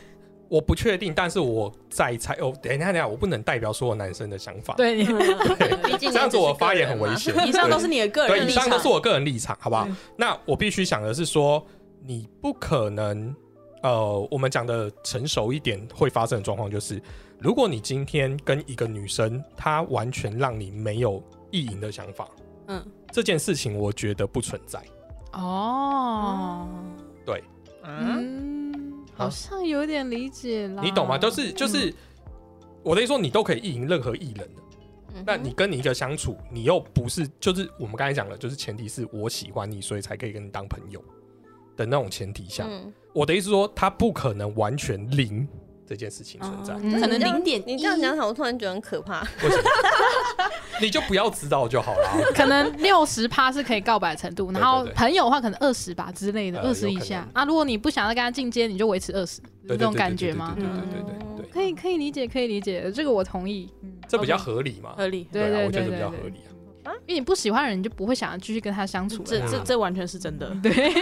Speaker 3: 我不确定，但是我在猜。哦，等一下，等一下，我不能代表所有男生的想法。
Speaker 4: 对你
Speaker 2: 毕竟
Speaker 3: 这样子
Speaker 2: 你只是
Speaker 3: 我发言
Speaker 2: 个
Speaker 3: 很
Speaker 2: 人嘛
Speaker 3: 危险。
Speaker 5: 以上都是你的个
Speaker 3: 对，
Speaker 5: 人
Speaker 3: 以
Speaker 5: 立
Speaker 3: 上
Speaker 5: 场，
Speaker 3: 都是我个人立场，好不好
Speaker 4: 嗯？
Speaker 3: 那我必须想的是说，你不可能，呃，我们讲的成熟一点会发生的状况就是，如果你今天跟一个女生，她完全让你没有意淫的想法，
Speaker 5: 嗯，
Speaker 3: 这件事情我觉得不存在。
Speaker 4: 哦，
Speaker 2: 啊，
Speaker 4: 嗯，好像有点理解啦，嗯
Speaker 3: 你懂吗？就是就是，我的意思说，你都可以意淫任何艺人的。
Speaker 2: 嗯
Speaker 3: 那
Speaker 2: 哼
Speaker 3: 你跟你一个相处，你又不是就是我们刚才讲了，就是前提是我喜欢你，所以才可以跟你当朋友的那种前提下，
Speaker 2: 嗯
Speaker 3: 我的意思说，他不可能完全零这件事情存在，
Speaker 5: 哦可能零点一，
Speaker 2: 你这样讲好，我突然觉得很可 怕。
Speaker 3: 为什么？你就不要知道就好了。
Speaker 4: 可能六十趴是可以告白程度，然后
Speaker 3: 对对对
Speaker 4: 朋友的话可能二十吧之类的，
Speaker 3: 呃
Speaker 4: 二十以
Speaker 3: 有
Speaker 4: 下
Speaker 3: 可
Speaker 4: 啊。如果你不想要跟他进阶，你就维持二十，
Speaker 3: 对对
Speaker 4: 这种
Speaker 3: 对
Speaker 4: 感
Speaker 3: 对
Speaker 4: 觉
Speaker 3: 对
Speaker 4: 吗？
Speaker 3: 对对对对对对
Speaker 4: 可以，可以理解，可以理解，这个我同意。嗯，
Speaker 3: 这比较合理嘛？
Speaker 5: 合理，
Speaker 4: 对
Speaker 3: 啊，
Speaker 4: 对
Speaker 3: 我觉得
Speaker 4: 对
Speaker 3: 比较
Speaker 4: 对
Speaker 3: 合理啊。
Speaker 4: 因为你不喜欢的人，你就不会想要继续跟他相处了
Speaker 5: 这
Speaker 4: 啦。
Speaker 5: 这这完全是真的。
Speaker 3: 嗯
Speaker 4: 对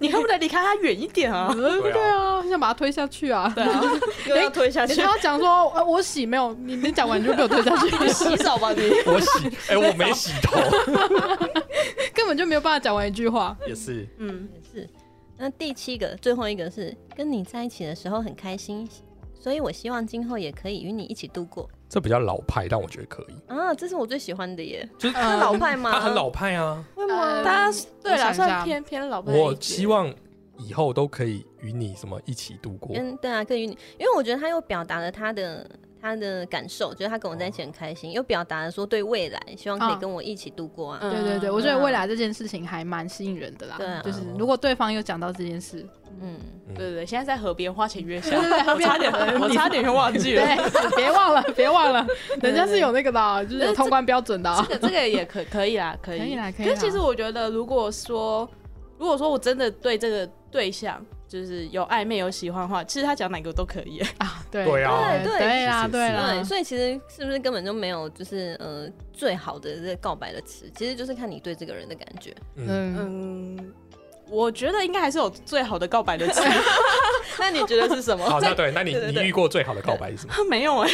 Speaker 5: 你可不可以离开他远一点啊？
Speaker 4: 对啊，想把他推下去 啊！
Speaker 5: 对啊，又要推下
Speaker 4: 你
Speaker 5: 去
Speaker 4: 跟，他讲说，呃我洗没有，你你讲完你就被我推下去，
Speaker 5: 洗澡吧 你。
Speaker 3: 我洗，哎、我没洗头，
Speaker 4: 根本就没有办法讲完一句话。
Speaker 3: 也是
Speaker 5: 嗯，
Speaker 2: 也是。那第七个，最后一个是跟你在一起的时候很开心，所以我希望今后也可以与你一起度过
Speaker 3: 这比较老派，但我觉得可以。
Speaker 2: 啊，这是我最喜欢的耶。
Speaker 3: 就是
Speaker 2: 他老派吗？ 嗯
Speaker 3: 他很老派啊，
Speaker 5: 会
Speaker 4: 吗
Speaker 5: 大家
Speaker 4: 嗯
Speaker 5: 对
Speaker 4: 我想
Speaker 5: 啦，
Speaker 4: 一下
Speaker 5: 算偏偏老派一点。
Speaker 3: 我希望以后都可以与你什么一起度过。
Speaker 2: 嗯跟对啊，跟与你，因为我觉得他又表达了他的。他的感受，觉得他跟我在一起很开心，又表达了说对未来希望可以
Speaker 4: 嗯
Speaker 2: 跟我一起度过
Speaker 5: 嗯
Speaker 2: 啊。
Speaker 4: 对嗯对对，嗯我觉得未来这件事情还蛮吸引人的啦。
Speaker 2: 对啊
Speaker 4: 就是如果对方有讲到这件 事，
Speaker 2: 嗯，
Speaker 5: 对对对，现在在河边花前 月下，
Speaker 4: 河
Speaker 5: 我
Speaker 4: 边
Speaker 5: 差点我差点就忘记 了。
Speaker 4: 对，别忘了，别忘 了，人家是有那个的哦，就是
Speaker 5: 但
Speaker 4: 有
Speaker 5: 是
Speaker 4: 通关标准的哦。
Speaker 5: 这个这个也可可以啦，可以
Speaker 4: 可以啦可以
Speaker 5: 可是
Speaker 4: 啦
Speaker 5: 其实我觉得，如果说如果说我真的对这个对象就是有暧昧有喜欢的话，其实他讲哪个我都可以。
Speaker 4: 啊，对
Speaker 3: 对啊
Speaker 2: 对
Speaker 4: 对啦
Speaker 3: 是是
Speaker 4: 对啦
Speaker 2: 对，，所以其实是不是根本就没有就是呃最好的这个告白的词，其实就是看你对这个人的感觉。
Speaker 3: 嗯，
Speaker 4: 嗯，
Speaker 5: 嗯，我觉得应该还是有最好的告白 的词，
Speaker 2: 那你觉得是什么？
Speaker 3: 好，那对，那你
Speaker 2: 对对
Speaker 3: 你
Speaker 2: 对
Speaker 3: 遇过最好的告白是什么？
Speaker 5: 没有哎、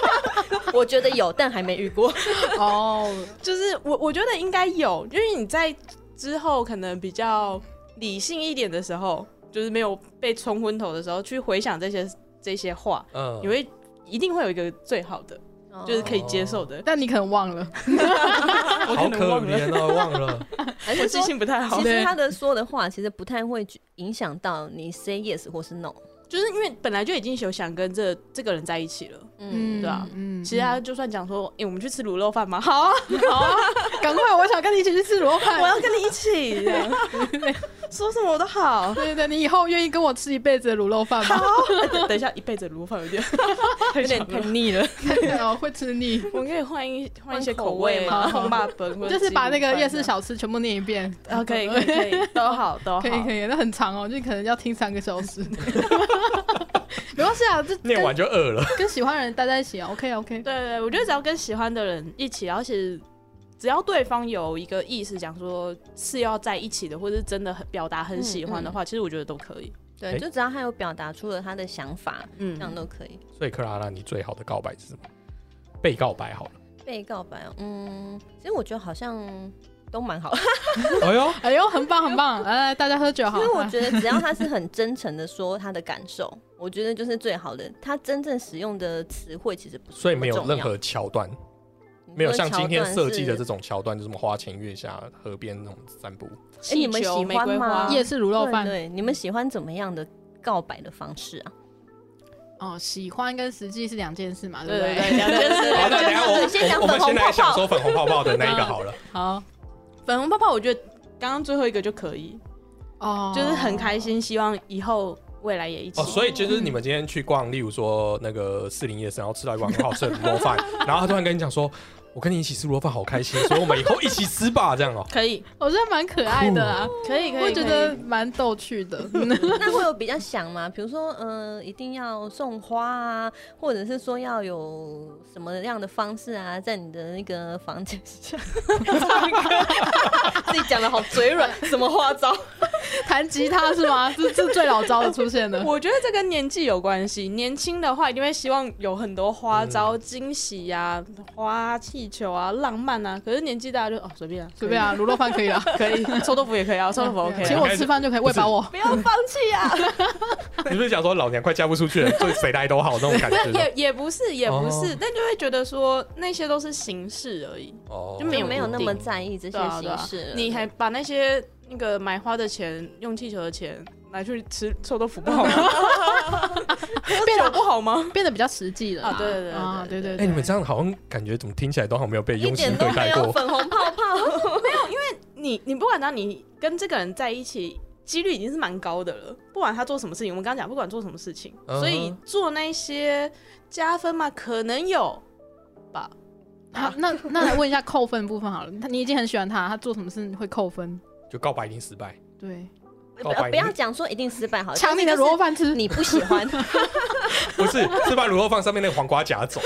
Speaker 2: 我觉得有，但还没遇 过。
Speaker 5: 嗯
Speaker 4: 哦，
Speaker 5: 就是我我觉得应该有，因为你在之后可能比较理性一点的时候，就是没有被冲昏头的时候，去回想这些这些话，
Speaker 3: 嗯
Speaker 5: 你会一定会有一个最好的，
Speaker 2: 哦
Speaker 5: 就是可以接受的。
Speaker 4: 但你可能忘了，
Speaker 5: 我
Speaker 3: 好可
Speaker 5: 可能忘了，
Speaker 3: 怜哦，忘 了。
Speaker 2: 还
Speaker 5: 我
Speaker 2: 是
Speaker 5: 记
Speaker 2: 说，
Speaker 5: 性不太好
Speaker 2: 其。
Speaker 4: 对
Speaker 2: 实他的说的话其实不太会影响到你 say yes 或是 no。
Speaker 5: 就是因为本来就已经有想跟这这个人在一起了，
Speaker 2: 嗯，
Speaker 5: 对啊
Speaker 4: 嗯
Speaker 5: 其实他就算讲说，哎、我们去吃卤肉饭吗？好啊，
Speaker 4: 赶快，我想跟你一起去吃螺
Speaker 5: 我
Speaker 4: 饭。
Speaker 5: 要跟你一 起，说什么我都 好。哎
Speaker 4: 对对对，你以后愿意跟我吃一辈子的卤肉饭吗？
Speaker 5: 等一下，一辈子卤饭有 点
Speaker 2: 有点太腻了。
Speaker 4: 哦，会吃腻。
Speaker 5: 我们可以换一换一些
Speaker 2: 换口
Speaker 5: 口味
Speaker 2: 味
Speaker 5: 嘛，
Speaker 4: 吗
Speaker 5: 红霸 本或者
Speaker 4: 就是把那
Speaker 5: 鸡
Speaker 4: 个
Speaker 5: 卤
Speaker 4: 夜市
Speaker 5: 饭啊
Speaker 4: 小吃全部念一遍，
Speaker 5: 这样啊，可 以可以可以，都好哦都好，
Speaker 4: 可以可
Speaker 5: 以。
Speaker 4: 以，那很长哦，就可能要听三个小 时。没关系啊，这
Speaker 3: 念完
Speaker 4: 跟
Speaker 3: 就饿了，
Speaker 4: 跟喜欢的人待在一起啊，OK OK。
Speaker 5: 对对，我觉得只要跟喜欢的人一起，而且只要对方有一个意思，讲说是要在一起的，或者是真的很表达很喜欢的话，其实我觉得都可以。
Speaker 3: 哎
Speaker 2: 对，就只要他有表达出了他的想法，
Speaker 5: 嗯
Speaker 2: 这样都可以。
Speaker 3: 所以克拉拉，你最好的告白是什么？被告白好了。
Speaker 2: 被告白哦，嗯，其实我觉得好像都蛮好，
Speaker 3: 哎呦，
Speaker 4: 哎呦，很棒很棒，来来，大家喝
Speaker 5: 哦
Speaker 4: 酒好
Speaker 2: 因。为我觉得只要他是很真诚的说他的感受，我觉得就是最好的。他真正使用的词汇其实不是
Speaker 3: 所以
Speaker 2: 那么
Speaker 3: 没有
Speaker 2: 重
Speaker 3: 任
Speaker 2: 要
Speaker 3: 何桥段，没有像今天设计的这
Speaker 2: 种。
Speaker 3: 种桥段，就什么花前月下、河边那种散步。
Speaker 2: 哎你们
Speaker 5: 气球
Speaker 2: 喜
Speaker 5: 玫
Speaker 2: 欢
Speaker 5: 瑰
Speaker 2: 吗
Speaker 5: 花
Speaker 4: 夜市卤肉
Speaker 2: 对
Speaker 4: 饭，
Speaker 2: 对，你们喜欢怎么样的告白的方式啊？
Speaker 4: 哦，喜欢跟实际是两件事嘛，对
Speaker 5: 对
Speaker 4: 不对？
Speaker 5: 对对，两件 事。
Speaker 3: 好，那等一下我
Speaker 2: 对先讲
Speaker 3: 我我们
Speaker 2: 粉红
Speaker 3: 先来
Speaker 2: 泡
Speaker 3: 想
Speaker 2: 泡
Speaker 3: 说粉红泡泡的那一个好了。
Speaker 5: 哦
Speaker 4: 好，
Speaker 5: 粉红泡泡，我觉得刚刚最后一个就可以，
Speaker 4: 哦，
Speaker 5: 就是很开心，希望以后未来也一起
Speaker 3: 哦，。所以就是你们今天去逛，例如说那个四零夜市，然后吃到一碗很好吃的卤肉 饭，然后他突然跟你讲说：“我跟你一起吃卤肉饭好开心，所以我们以后一起吃吧。”这样 哦。
Speaker 5: 可以，
Speaker 4: 我觉得蛮可爱的啊，
Speaker 5: 可以，可以。
Speaker 4: 我觉
Speaker 5: 可以
Speaker 4: 得蛮逗趣的。
Speaker 2: 那会有比较想吗？比如说，呃，一定要送花啊，或者是说要有什么样的方式啊，在你的那个房间下 自己讲的好嘴软，什么花招？
Speaker 4: 弹吉他是吗？这这最老招的出现了。
Speaker 5: 我觉得这跟年纪有关系。年轻的话，一定会希望有很多
Speaker 3: 嗯
Speaker 5: 花招、惊喜呀、花啊、气球啊、浪漫啊。可是年纪大就哦，随便啊，
Speaker 4: 随便啊，卤肉饭 可以 了，
Speaker 5: 可以，可以臭豆腐也可以啊，臭豆腐 OK
Speaker 4: 请
Speaker 5: 啊。
Speaker 4: 我吃饭就可以喂饱我。
Speaker 5: 不要放弃啊！
Speaker 3: 你不是讲说老娘快嫁不出去了，对谁来都好那种感
Speaker 5: 但
Speaker 3: 觉
Speaker 5: 也也不是，也不是，
Speaker 3: 哦
Speaker 5: 但就会觉得说那些都是形式而已。
Speaker 3: 哦，
Speaker 5: 就没有
Speaker 2: 没有那
Speaker 5: 固
Speaker 2: 么
Speaker 5: 定
Speaker 2: 在意这些
Speaker 5: 对啊对
Speaker 2: 形
Speaker 5: 啊
Speaker 2: 式了。
Speaker 5: 你还把那些那个买花的钱、用气球的钱拿去吃臭豆腐不 好吗？喝酒不好吗？
Speaker 4: 变得比较实际了啦
Speaker 5: 啊对对对对
Speaker 4: 啊对对
Speaker 3: 哎、
Speaker 4: 对，
Speaker 3: 你们这样好像感觉怎么听起来都好像没有被
Speaker 2: 一
Speaker 3: 用心
Speaker 2: 点都
Speaker 3: 对
Speaker 2: 没
Speaker 3: 待
Speaker 2: 有
Speaker 3: 过。
Speaker 2: 粉红泡泡，
Speaker 5: 你你不管怎样，你跟这个人在一起几率已经是蛮高的了。不管他做什么事情，我们刚刚讲，不管做什么事情
Speaker 3: 嗯哼
Speaker 5: 所以做那些加分嘛，可能有吧。
Speaker 4: 好，那那来问一下扣分部分好了，他你已经很喜欢他，他做什么事会扣分？
Speaker 3: 就告白已经失败，
Speaker 4: 对，
Speaker 3: 告
Speaker 2: 不
Speaker 3: 白已
Speaker 2: 要不
Speaker 3: 经
Speaker 2: 要讲说一定失
Speaker 5: 啊
Speaker 2: 败好，
Speaker 4: 哦抢你的
Speaker 2: 就是
Speaker 4: 卤肉饭吃，
Speaker 2: 你不喜 欢，
Speaker 3: 不是是把卤肉饭上面那个黄瓜夹走。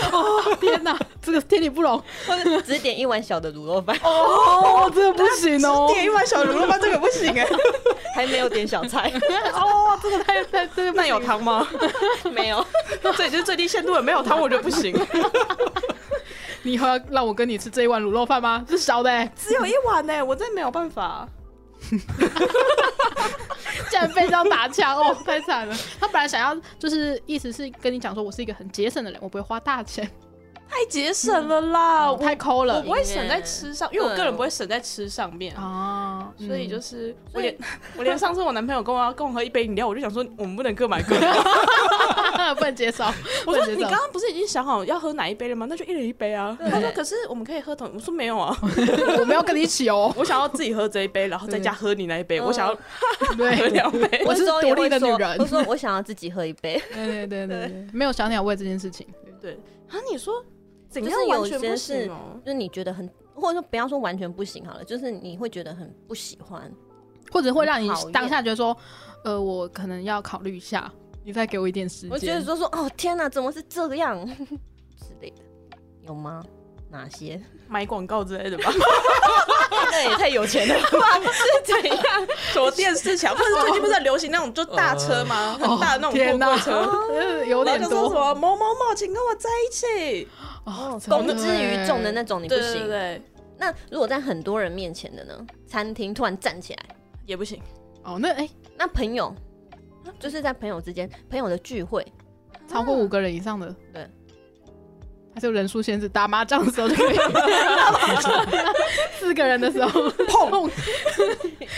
Speaker 4: 天哪，这个天理不容
Speaker 2: 或者只点一碗小的卤肉饭，
Speaker 4: 哦，这个不行哦，
Speaker 5: 点一碗小卤肉饭，这个不行 哎、
Speaker 2: 还没有点小 菜，
Speaker 4: 哦，这个太太这个不
Speaker 5: 那
Speaker 4: 行
Speaker 5: 有糖吗？
Speaker 2: 没有。
Speaker 5: 这已经是最低限度了，没有糖我觉得不行。
Speaker 4: 你以后要让我跟你吃这一碗卤肉饭吗？是少的欸，
Speaker 5: 只有一碗呢、我真没有办法。
Speaker 4: 竟然被这样打枪哦，太惨了。他本来想要就是意思是跟你讲说，我是一个很节省的人，我不会花大钱，
Speaker 5: 太节省了啦，啊我
Speaker 4: 太抠
Speaker 5: 我
Speaker 4: 了
Speaker 5: 不会省在吃上，因为我个人不会省在吃上面。
Speaker 4: 哦，嗯
Speaker 5: 所以就是我
Speaker 2: 所以
Speaker 5: 连我连上次我男朋友跟我要跟我喝一杯饮料，我就想说我们不能各买各的，
Speaker 4: 不能接受。不
Speaker 5: 我
Speaker 4: 能
Speaker 5: 说
Speaker 4: 接
Speaker 5: 你
Speaker 4: 受
Speaker 5: 刚刚不是已经想好要喝哪一杯了吗？那就一人一杯啊。
Speaker 2: 对
Speaker 5: 他说可是我们可以喝同，我说没有啊，
Speaker 4: 我没有跟你一起哦。
Speaker 5: 我想要自己喝这一杯，然后在家喝你那一杯，
Speaker 2: 嗯
Speaker 5: 我想要喝
Speaker 4: 对，
Speaker 5: 两 杯。
Speaker 4: 我是
Speaker 2: 有时候也
Speaker 4: 独立的
Speaker 2: 会说
Speaker 4: 女人
Speaker 2: 我说我想要自己喝一杯，
Speaker 4: 对对对对对，没有小鸟胃这件事情。
Speaker 5: 啊，你说怎
Speaker 2: 就
Speaker 5: 样
Speaker 2: 是
Speaker 5: 完
Speaker 2: 有
Speaker 5: 全
Speaker 2: 些
Speaker 5: 不
Speaker 2: 是
Speaker 5: 行哦？
Speaker 2: 就是你觉得很，或者说不要说完全不行好了，就是你会觉得很不喜欢。
Speaker 4: 或者会让你
Speaker 2: 很讨厌
Speaker 4: 当下觉得说，呃，我可能要考虑一下，你再给我一点时间。
Speaker 2: 我觉得说说哦天哪，怎么是这样 之类的，有吗？哪 些？哎
Speaker 5: 买广告之类的吧，
Speaker 2: 那也太有钱了 吧？是怎样？
Speaker 5: 什么电视墙，或者最近不是很流行那种就大车吗？很大的那种
Speaker 4: 天
Speaker 5: 货
Speaker 4: 哪
Speaker 5: 柜车，
Speaker 4: 呃 有
Speaker 5: 然
Speaker 4: 点
Speaker 5: 后就说什
Speaker 4: 多
Speaker 5: 么某某某，请跟我在一起，
Speaker 4: 哦
Speaker 2: 公之于众的那种你不
Speaker 5: 对
Speaker 2: 行。
Speaker 5: 对对，
Speaker 2: 那如果在很多人面前的呢？餐厅突然站起来，
Speaker 5: 也不行。
Speaker 4: 哦，那哎，
Speaker 2: 那朋友
Speaker 4: 啊
Speaker 2: 就是在朋友之间，朋友的聚会，
Speaker 4: 超过五个人以上的，
Speaker 2: 对，
Speaker 4: 还是有人数限制，打麻将的时候 就可以，四个人的时候碰，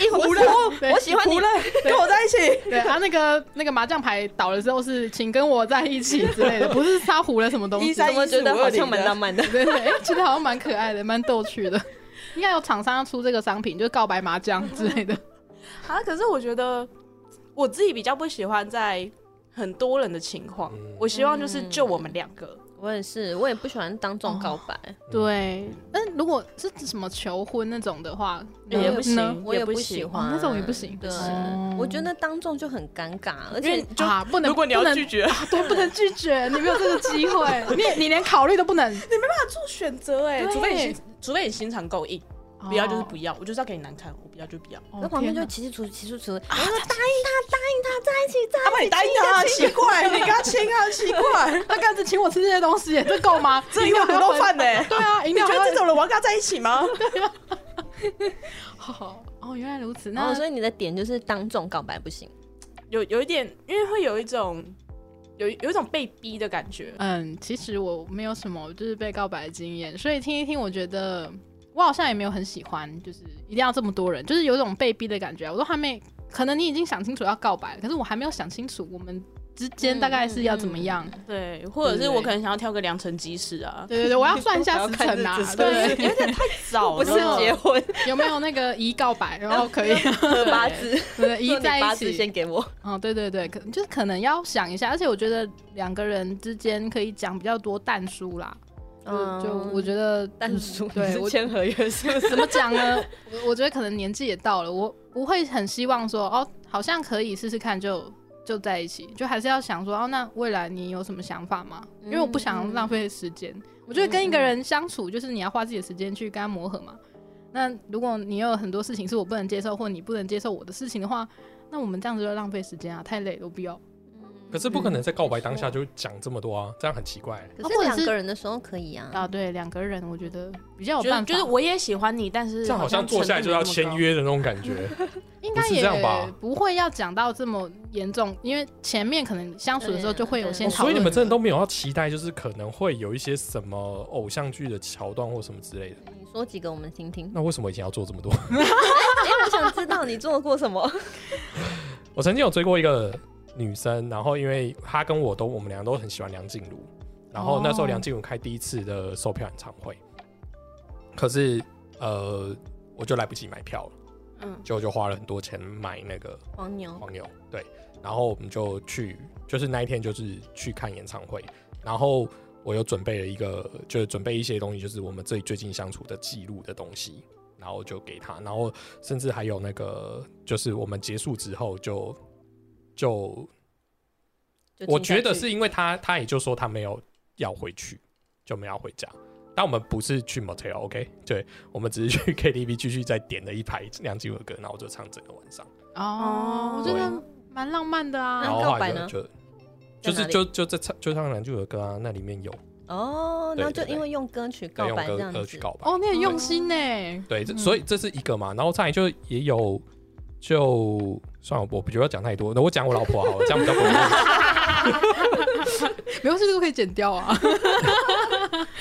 Speaker 2: 一壶
Speaker 4: 了对
Speaker 2: 我喜欢你
Speaker 5: 胡， 乱跟我在一起，
Speaker 4: 对，他那个那个麻将牌倒了之后是请跟我在一起之 类的，不是他糊了什么东西
Speaker 5: 一，三
Speaker 2: 怎么觉得好像蛮浪漫 的？
Speaker 4: 对对，对哎，其实好像蛮可爱的，蛮逗趣的。应该有厂商要出这个商品，就是告白麻将之类的。
Speaker 5: 啊，可是我觉得我自己比较不喜欢在很多人的情况
Speaker 3: 嗯，
Speaker 5: 我希望就是就我们两个。
Speaker 2: 我也是，我也不喜欢当众告 白，
Speaker 4: 嗯对，但如果是什么求婚那种的话，
Speaker 5: 哎也
Speaker 4: 呢
Speaker 5: 不行
Speaker 4: 呢
Speaker 2: 我也
Speaker 5: 不
Speaker 2: 喜
Speaker 5: 行
Speaker 2: 欢、
Speaker 4: 哦那种也不行哦
Speaker 2: 对
Speaker 4: 不行，
Speaker 2: 我觉得当众就很尴尬，而
Speaker 5: 因为
Speaker 2: 且
Speaker 5: 就
Speaker 4: 啊，不能，
Speaker 5: 如果你要
Speaker 4: 不能
Speaker 5: 拒绝，
Speaker 4: 啊对，不能拒绝， 你没有这个机会，你你连考虑都不能，
Speaker 5: 做选择哎，
Speaker 4: 对
Speaker 5: 除非你心，除非你心肠够硬， 不要就是不
Speaker 4: 要。
Speaker 5: 要，我就是要给你难看，我不要就不要，
Speaker 4: 哦
Speaker 2: 那旁边就
Speaker 4: 天哪啊
Speaker 2: 骑士除骑士除，我说答应他，答应他，在一起，在
Speaker 5: 他把你答应他，奇怪，你跟他亲 啊，奇怪，
Speaker 4: 他刚才只请我吃这些东西，这够吗？
Speaker 5: 这
Speaker 4: 饮
Speaker 5: 有
Speaker 4: 料
Speaker 5: 卤
Speaker 4: 还要
Speaker 5: 肉
Speaker 4: 分
Speaker 5: 饭呢。欸
Speaker 4: 对啊，饮
Speaker 5: 你
Speaker 4: 料
Speaker 5: 觉
Speaker 4: 还
Speaker 5: 得
Speaker 4: 要
Speaker 5: 这种人我要跟他在一起吗？
Speaker 4: 好 哦，原来如此。
Speaker 2: 然
Speaker 4: 那
Speaker 2: 后所以你的点就是当众告白不行，
Speaker 5: 有有一点，因为会有一种有有一种被逼的感觉。
Speaker 4: 嗯，其实我没有什么就是被告白的经验，所以听一听，我觉得我好像也没有很喜欢，就是一定要这么多人，就是有种被逼的感觉啊。我都还没，可能你已经想清楚要告白，可是我还没有想清楚我们之
Speaker 2: 嗯
Speaker 4: 间大概是要怎么样。
Speaker 5: 对，或者
Speaker 4: 对对
Speaker 5: 是我可能想要挑个良辰吉时啊，
Speaker 4: 对对 对，我要算一下时辰啊，对，
Speaker 5: 有点太早
Speaker 2: 不
Speaker 5: 了，
Speaker 2: 是
Speaker 4: 真的
Speaker 2: 结婚
Speaker 4: 有没有那个宜告白，然后 可以
Speaker 2: 八字，
Speaker 4: 对宜
Speaker 2: 说你
Speaker 4: 在
Speaker 2: 八
Speaker 4: 一
Speaker 2: 字
Speaker 4: 起，
Speaker 2: 先给我，
Speaker 4: 哦，对对对，可就是可能要想一下，而且我觉得两个人之间可以讲比较多淡书啦，就就我觉得
Speaker 2: 但
Speaker 4: 嗯
Speaker 2: 是属
Speaker 4: 对我
Speaker 2: 是签合 约是不是？
Speaker 4: 怎么讲呢？我我觉得可能年纪也到了，我不会很希望说哦，好像可以试试看就就在一起，就还是要想说哦，那未来你有什么想法吗？因为我不想浪费时间。我觉得跟一个人相处，就是你要花自己的时间去跟他磨合嘛。那如果你有很多事情是我不能接受，或你不能接受我的事情的话，那我们这样子就浪费时间啊，太累了，我不要。
Speaker 3: 可是不可能在告白当下就讲这么多啊，这样很奇怪、
Speaker 2: 可
Speaker 4: 或
Speaker 2: 是
Speaker 4: 者
Speaker 2: 两
Speaker 4: 是
Speaker 2: 个人的时候可以啊，
Speaker 4: 啊，对，两个人我觉得比较有
Speaker 5: 就
Speaker 4: 办
Speaker 5: 是
Speaker 4: 法，
Speaker 5: 就是我也喜欢你，但是
Speaker 3: 这样好像坐下来就要签约的那种感觉。
Speaker 4: 应该
Speaker 3: 不是这样吧
Speaker 4: 也不会要讲到这么严重，因为前面可能相处的时候就会有先
Speaker 3: 哦
Speaker 4: 讨
Speaker 3: 所以
Speaker 4: 论、
Speaker 3: 你们真的都没有要期待，就是可能会有一些什么偶像剧的桥段或什么之类的。
Speaker 2: 你说几个我们听听，
Speaker 3: 那为什么以前要做这么多？
Speaker 2: 因为我想知道你做过什么，
Speaker 3: 我曾经有追过一个女生，然后因为她跟我都，我们俩都很喜欢梁静茹，然后那时候
Speaker 4: 哦
Speaker 3: 梁静茹开第一次的售票演唱会，可是呃，我就来不及买票了，
Speaker 5: 嗯，
Speaker 3: 就就花了很多钱买那个
Speaker 2: 黄牛，
Speaker 3: 黄牛，对，然后我们就去，就是那一天就是去看演唱会，然后我有准备了一个，就是准备一些东西，就是我们最最近相处的记录的东西，然后就给他，然后甚至还有那个，就是我们结束之后就就
Speaker 2: 就
Speaker 3: 我
Speaker 2: 听下
Speaker 3: 觉得
Speaker 2: 去
Speaker 3: 是因为他，他也就说他没有要回去，就没有要回家。但我们不是去 motel，OK？、对，我们只是去 KTV 继续再点了一排梁静茹的歌，然后就唱整个晚上。
Speaker 4: 哦，我觉得
Speaker 3: 对
Speaker 4: 蛮浪漫的
Speaker 3: 然
Speaker 4: 啊。
Speaker 3: 后
Speaker 2: 告
Speaker 3: 后来
Speaker 2: 白呢
Speaker 3: 就就就是
Speaker 2: 哪里
Speaker 3: 就就在唱就唱梁静茹的歌啊，那里面有
Speaker 2: 哦，
Speaker 3: 对
Speaker 2: 那
Speaker 3: 对
Speaker 2: 就
Speaker 3: 对
Speaker 2: 因为用歌曲
Speaker 3: 对
Speaker 2: 告
Speaker 3: 用
Speaker 2: 白这
Speaker 3: 歌
Speaker 2: 样
Speaker 3: 歌去
Speaker 2: 子，
Speaker 3: 告白。
Speaker 4: 哦，你很用心呢、
Speaker 3: 对，这
Speaker 4: 嗯
Speaker 3: 所以这是一个嘛，然后再来就也有就算了，我不觉得讲太多，那我讲我老婆好了，这样比较不会。
Speaker 4: 没关系，这个可以剪掉啊。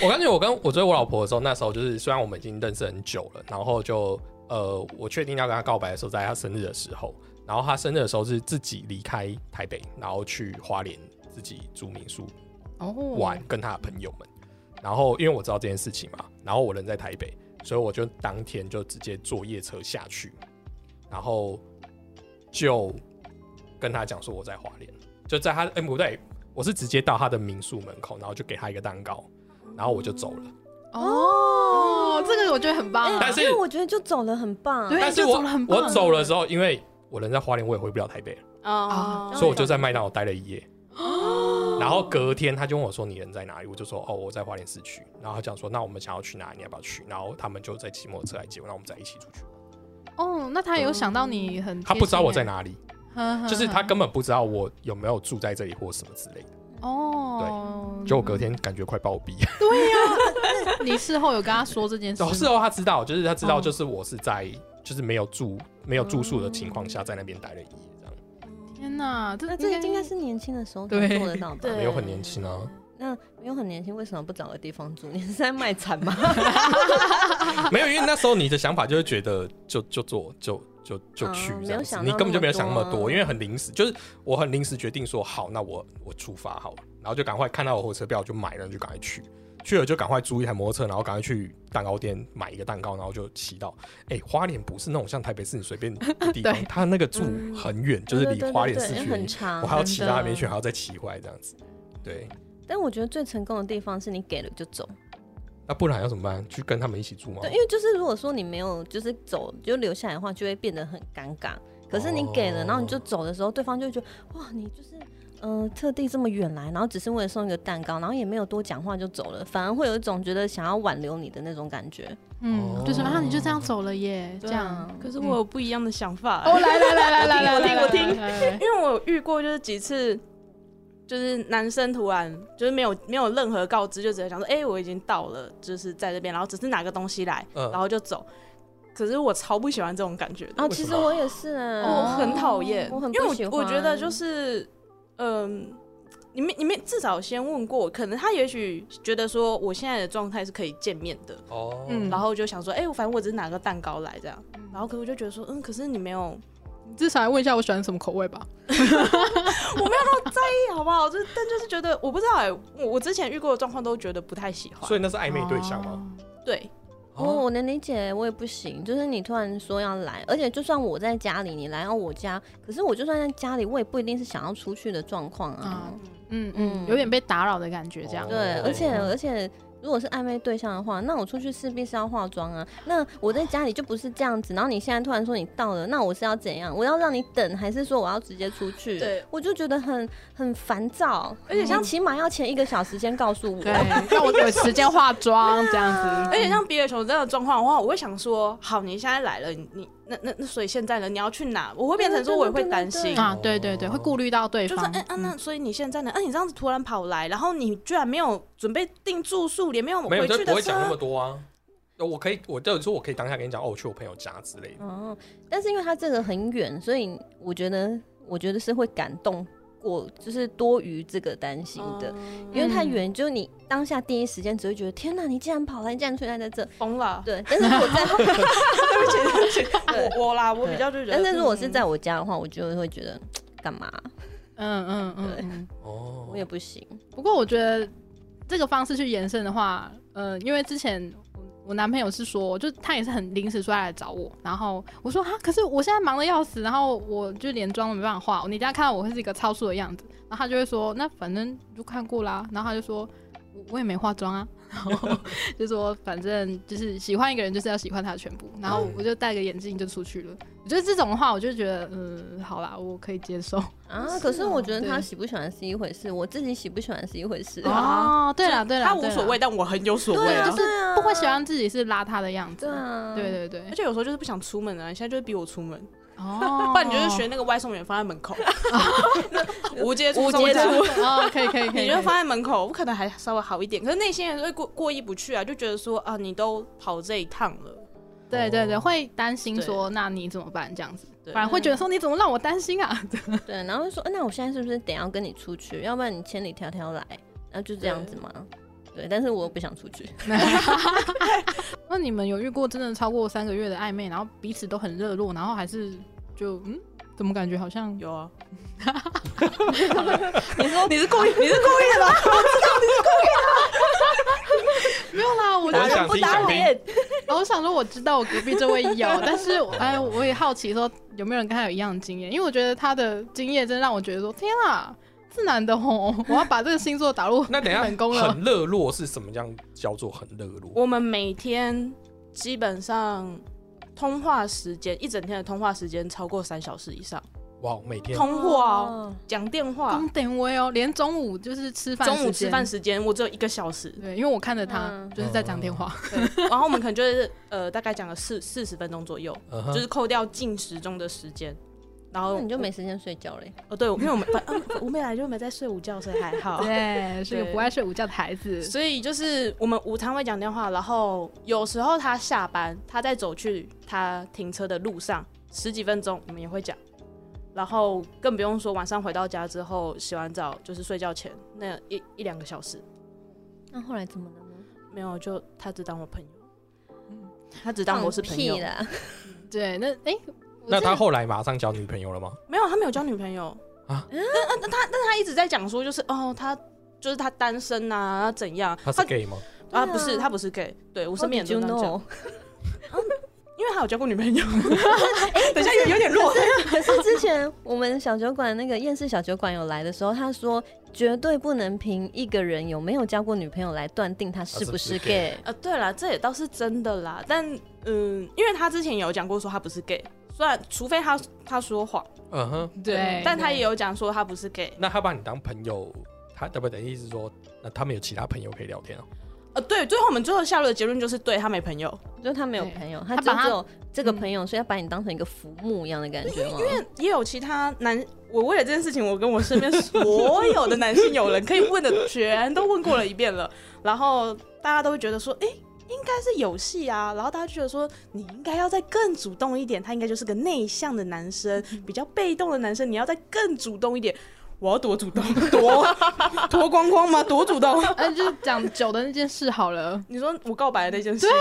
Speaker 3: 我感觉我跟我追我老婆的时候，那时候就是虽然我们已经认识很久了，然后就呃，我确定要跟她告白的时候，在她生日的时候，然后她生日的时候是自己离开台北，然后去花莲自自己住民宿
Speaker 4: 哦，
Speaker 3: 玩，跟他的朋友们。然后因为我知道这件事情嘛，然后我人在台北，所以我就当天就直接坐夜车下去，然后就跟他讲说我在花莲，就在他哎、不对，我是直接到他的民宿门口，然后就给他一个蛋糕，然后我就走了。
Speaker 4: 哦，这个我觉得很棒啊，
Speaker 3: 但是
Speaker 2: 因为我觉得就走了很棒，
Speaker 4: 对
Speaker 3: 但是
Speaker 4: 就
Speaker 3: 我
Speaker 4: 走得很棒欸
Speaker 3: 我走了之后，因为我人在花莲，我也回不了台北了，
Speaker 2: 啊
Speaker 5: 哦，
Speaker 3: 所以我就在麦当劳待了一夜。
Speaker 2: 哦
Speaker 3: 然后隔天他就问我说：“你人在哪里？”我就说：“哦，我在花莲市区。”然后他讲说：“那我们想要去哪里？你要不要去？”然后他们就在骑摩托车来接我，然后我们再一起出去。
Speaker 4: 哦，那他有想到你很，
Speaker 3: 他不知道我在，哪里，
Speaker 4: 呵呵
Speaker 3: 就是他根本不知道我有没有住在这里或什么之类的。
Speaker 4: 哦，
Speaker 3: 就我隔天感觉快暴毙。
Speaker 4: 你事后有跟他说这件事 吗
Speaker 3: 哦，是哦，他知道，就是他知道，
Speaker 4: 哦
Speaker 3: 就是我是在就是没有住没有住宿的情况下在那边待了一夜，这样
Speaker 4: 天哪，这
Speaker 2: 那这个应该是年轻的时候就
Speaker 4: 对
Speaker 2: 做得到吧？
Speaker 5: 对
Speaker 3: 没有很年轻啊。
Speaker 2: 那没有很年轻，为什么不找个地方住？你是在卖惨吗？
Speaker 3: 没有，因为那时候你的想法就会觉得就就做就就就去这
Speaker 2: 嗯没有
Speaker 3: 样子，
Speaker 2: 想
Speaker 3: 你
Speaker 2: 到
Speaker 3: 根本就没有
Speaker 2: 那么
Speaker 3: 想那么
Speaker 2: 多
Speaker 3: 多，因为很临时，就是我很临时决定说好，那我我出发好了，然后就赶快看到我火车票我就买了，就赶快去。去了就赶快租一台摩托车，然后赶快去蛋糕店买一个蛋糕，然后就骑到。哎、花莲不是那种像台北市你随便的地方
Speaker 4: 对，
Speaker 3: 它那个住很远，就是
Speaker 2: 嗯对
Speaker 3: 离
Speaker 2: 对对
Speaker 3: 花莲
Speaker 2: 对
Speaker 3: 市
Speaker 2: 因为
Speaker 3: 区
Speaker 2: 很
Speaker 3: 很，
Speaker 2: 长
Speaker 3: 我。还要
Speaker 4: 真
Speaker 3: 骑
Speaker 4: 的
Speaker 3: 到那边去，还要再骑回来这样子。对，
Speaker 2: 但我觉得最成功的地方是你给了就走，
Speaker 3: 那不然要怎么办？去跟他们一起住吗
Speaker 2: 对，？因为就是如果说你没有就是走就留下来的话，就会变得很尴尬。可是你给了，
Speaker 3: 哦
Speaker 2: 然后你就走的时候，对方就会觉得哇，你就是呃特地这么远来，然后只是为了送一个蛋糕，然后也没有多讲话就走了，反而会有一种觉得想要挽留你的那种感觉。
Speaker 4: 嗯，就是
Speaker 3: 哦
Speaker 4: 啊，你就这样走了耶，这
Speaker 2: 对啊
Speaker 4: 样。嗯
Speaker 5: 可是我有不一样的想法、
Speaker 2: 嗯
Speaker 4: 哦，来来来来来来，来
Speaker 5: 我听我，听
Speaker 4: 来来来
Speaker 5: 因为我有遇过就是几次，就是男生突然就是没有没有任何告知，就直接讲说，哎、我已经到了，就是在这边，然后只是拿个东西来，
Speaker 3: 嗯
Speaker 5: 然后就走。可是我超不喜欢这种感觉的，
Speaker 2: 啊，
Speaker 3: 为什
Speaker 2: 其
Speaker 3: 么
Speaker 2: 实我也是啊，
Speaker 5: 我哦很讨厌，
Speaker 2: 我很
Speaker 5: 因为
Speaker 2: 不喜
Speaker 5: 我我觉
Speaker 2: 欢
Speaker 5: 得就是，嗯、你们你们至少先问过，可能他也许觉得说我现在的状态是可以见面的，
Speaker 3: 哦，
Speaker 4: 嗯
Speaker 5: 然后就想说，哎、我反正我只是拿个蛋糕来这样，然后可是我就觉得说，嗯，可是你没有
Speaker 4: 你至少要问一下我喜欢什么口味吧。
Speaker 5: 哎好不好？就是但就是觉得我不知道哎、我我之前遇过的状况都觉得不太喜欢，
Speaker 3: 所以那是暧昧对象吗？
Speaker 4: 哦？
Speaker 5: 对，
Speaker 2: 哦，我能理解，我也不行。就是你突然说要来，而且就算我在家里，你来到我家，可是我就算在家里，我也不一定是想要出去的状况啊。
Speaker 4: 嗯嗯
Speaker 2: 嗯
Speaker 4: 嗯，有点被打扰的感觉，这样。
Speaker 3: 哦
Speaker 2: 对，
Speaker 3: 嗯
Speaker 2: 而且而且，如果是暧昧对象的话，那我出去势必是要化妆啊。那我在家里就不是这样子。然后你现在突然说你到了，那我是要怎样？我要让你等，还是说我要直接出去？
Speaker 5: 对，
Speaker 2: 我就觉得很很烦躁，
Speaker 5: 而且像
Speaker 2: 你起码要前一个小时先告诉我。
Speaker 4: 对，让我有时间化妆这样子。
Speaker 5: 而且像比尔熊这样的状况的话，我会想说，好，你现在来了，你你那那那所以现在呢，你要去哪？我会变成说我也会担
Speaker 2: 对对
Speaker 5: 心
Speaker 2: 对对。
Speaker 4: 啊，对对对，会顾虑到对
Speaker 5: 就是
Speaker 4: 方。
Speaker 5: 嗯嗯，那所以你现在呢？嗯，你这样子突然跑来，然后你居然没有准备订住宿，也没有
Speaker 3: 没有，
Speaker 5: 回
Speaker 3: 就
Speaker 5: 去
Speaker 3: 不
Speaker 5: 的
Speaker 3: 会
Speaker 5: 车
Speaker 3: 讲，那么多啊。呃我可以，我就是说我可以当下跟你讲，哦，我去我朋友家之类的。
Speaker 2: 哦，但是因为他这个很远，所以我觉得，我觉得是会感动过，就是多余这个担心
Speaker 5: 哦
Speaker 2: 的，因为太
Speaker 5: 嗯
Speaker 2: 远，就你当下第一时间只会觉得，天哪，你竟然跑来，你竟然出现在这，
Speaker 5: 疯了。
Speaker 2: 对。但是如果在，
Speaker 5: 对不起，对不
Speaker 2: 对
Speaker 5: 起，我我啦，我比较就觉得。
Speaker 2: 但是如果是在
Speaker 5: 嗯
Speaker 2: 我家的话，我就会觉得干嘛，
Speaker 4: 嗯嗯嗯嗯。
Speaker 3: 哦
Speaker 2: 我也不行。
Speaker 4: 不过我觉得这个方式去延伸的话，呃，因为之前我我男朋友是说，就他也是很临时说要来找我，然后我说啊，可是我现在忙的要死，然后我就连妆都没办法化，你等一下看到我会是一个超速的样子，然后他就会说，那反正就看过啦，然后他就说。我我也没化妆啊，然后 就说反正就是喜欢一个人就是要喜欢他的全部，然后我就戴个眼镜就出去了。我觉得这种的话，我就觉得嗯，好啦，我可以接受。
Speaker 2: 啊，可是我觉得他
Speaker 4: 对
Speaker 2: 喜不喜欢是一回事，我自己喜不喜欢是一回事。
Speaker 5: 对 啊
Speaker 4: 哦，对啦对啦，
Speaker 5: 他
Speaker 4: 对
Speaker 5: 无
Speaker 4: 啦
Speaker 5: 所谓，但我很有所谓
Speaker 4: 对
Speaker 5: 啊
Speaker 4: 就。是
Speaker 2: 啊
Speaker 4: 不会喜，欢自己是邋遢的样 子。
Speaker 2: 对啊，
Speaker 4: 对对对
Speaker 5: 而，且有时候就是不想出门啊，你现在就是逼我出门，
Speaker 4: 哦
Speaker 5: 不然你就是学那个外送员放 在门口，无接触
Speaker 2: 无
Speaker 5: 送
Speaker 2: 接
Speaker 5: 餐
Speaker 2: 触
Speaker 4: 哦，可以可以可以，
Speaker 5: 你就放在门口，我可能还稍微好一点，可是内心还是会 过过意不去啊，就觉得说啊，你都跑这一趟了，
Speaker 4: 对对对，
Speaker 3: 哦
Speaker 4: 会担心说那你怎么办这样子，
Speaker 5: 对
Speaker 4: 哦反而会觉得说你怎么让我担心啊？
Speaker 2: 对，然后就说，呃那我现在是不是得要跟你出去？要不然你千里迢迢来，然后就这样子嘛。对，但是我又不想出去。
Speaker 4: 那你们有遇过真的超过三个月的暧昧，然后彼此都很热络，然后还是就嗯怎么感觉好像
Speaker 5: 有啊，
Speaker 2: 你说
Speaker 5: 你是故意，你是故意的吧？
Speaker 4: 没有啦？我
Speaker 3: 打人
Speaker 4: 觉得
Speaker 3: 想
Speaker 2: 不
Speaker 3: 听
Speaker 2: 打
Speaker 3: 想听
Speaker 2: 脸，
Speaker 4: 然后我想说，我知道我隔壁这位 有，但是哎，我也好奇说有没有人跟他有一样的经验，因为我觉得他的经验真让我觉得说，天啊，是男的吼，我要把这个星座打入
Speaker 3: 那等一下
Speaker 4: 成功了
Speaker 3: 很热络是什么样叫做很热络？
Speaker 5: 我们每天基本上通话时间，一整天的通话时间超过三小时以上，
Speaker 3: 哇，每天
Speaker 5: 通话哦，讲电话
Speaker 4: 中，等位哦，连中午就是吃饭
Speaker 5: 中午
Speaker 4: 时
Speaker 5: 吃
Speaker 4: 间
Speaker 5: 饭时间我只有一个小时，
Speaker 4: 对，因为我看着他、
Speaker 2: 嗯
Speaker 4: 就是在讲电话，
Speaker 5: 对，然后我们可能就是呃大概讲了四四十分钟左右，
Speaker 3: 嗯
Speaker 5: 就
Speaker 3: 哼
Speaker 5: 是扣掉进食中的时间。然后
Speaker 2: 那你就没时间睡觉嘞。
Speaker 5: 哦，对，因为我们反啊我妹来就没在睡午觉，所以还
Speaker 4: 哦
Speaker 5: 好。
Speaker 4: 对，是个
Speaker 5: 对
Speaker 4: 不爱睡午觉的孩子，
Speaker 5: 所以就是我们午餐会讲电话，然后有时候他下班，他在走去他停车的路上十几分钟，我们也会讲。然后更不用说晚上回到家之后洗完澡就是睡觉前那一一两个小时，
Speaker 2: 那后来怎么了呢？
Speaker 5: 没有就他只当我朋友，他只当我是
Speaker 2: 放
Speaker 5: 朋友
Speaker 2: 屁，啦！
Speaker 4: 对，那哎、我
Speaker 3: 那
Speaker 4: 记
Speaker 3: 他
Speaker 4: 得
Speaker 3: 后来马上交女朋友了吗？
Speaker 5: 没有他没有交女朋友
Speaker 3: 啊
Speaker 5: 但但但他但他一直在讲说就是哦他就是他单身啊他怎样，
Speaker 3: 他是 gay 吗？
Speaker 5: 啊
Speaker 2: 对啊
Speaker 5: 不是他不是 gay，对我
Speaker 2: 我
Speaker 5: 身边也
Speaker 2: 就
Speaker 5: 都这样讲
Speaker 2: know，
Speaker 5: 因为他有交过女 朋友，哎等一下有有点弱。
Speaker 2: 可是之前我们小酒馆那个厌世小酒馆有来的时候，他说绝对不能凭一个人有没有交过女朋友来断定他
Speaker 3: 他
Speaker 2: 是不是
Speaker 3: 是不是 gay
Speaker 2: gay。
Speaker 5: 呃，对了，这也倒是真的啦，但嗯，因为他之前有讲过说他不是 gay，虽然除非他他说谎，
Speaker 3: 嗯哼，
Speaker 4: 对，
Speaker 5: 但他也有讲说他不是 gay。
Speaker 3: 那他把你当朋友，他对不对？意思是说，那他们有其他朋友可以聊天啊？
Speaker 5: 呃，对，最后我们最后下落的结论就是对他没朋友，
Speaker 2: 就他没有
Speaker 4: 对
Speaker 2: 朋友，他
Speaker 4: 他
Speaker 2: 就
Speaker 4: 把他
Speaker 2: 只有这个朋友，所以他把你当成一个浮木一样的感觉吗？
Speaker 5: 也有其他男。我为了这件事情，我跟我身边所有的男性友人可以问的全都问过了一遍了，然后大家都会觉得说，哎、应该是有戏啊，然后大家就觉得说，你应该要再更主动一点，他应该就是个内向的男生，比较被动的男生，你要再更主动一点。我要多主动，多多光光吗？多主动？
Speaker 4: 哎、就是讲酒的那件事好 了，
Speaker 5: 你说我告白的那件事吗？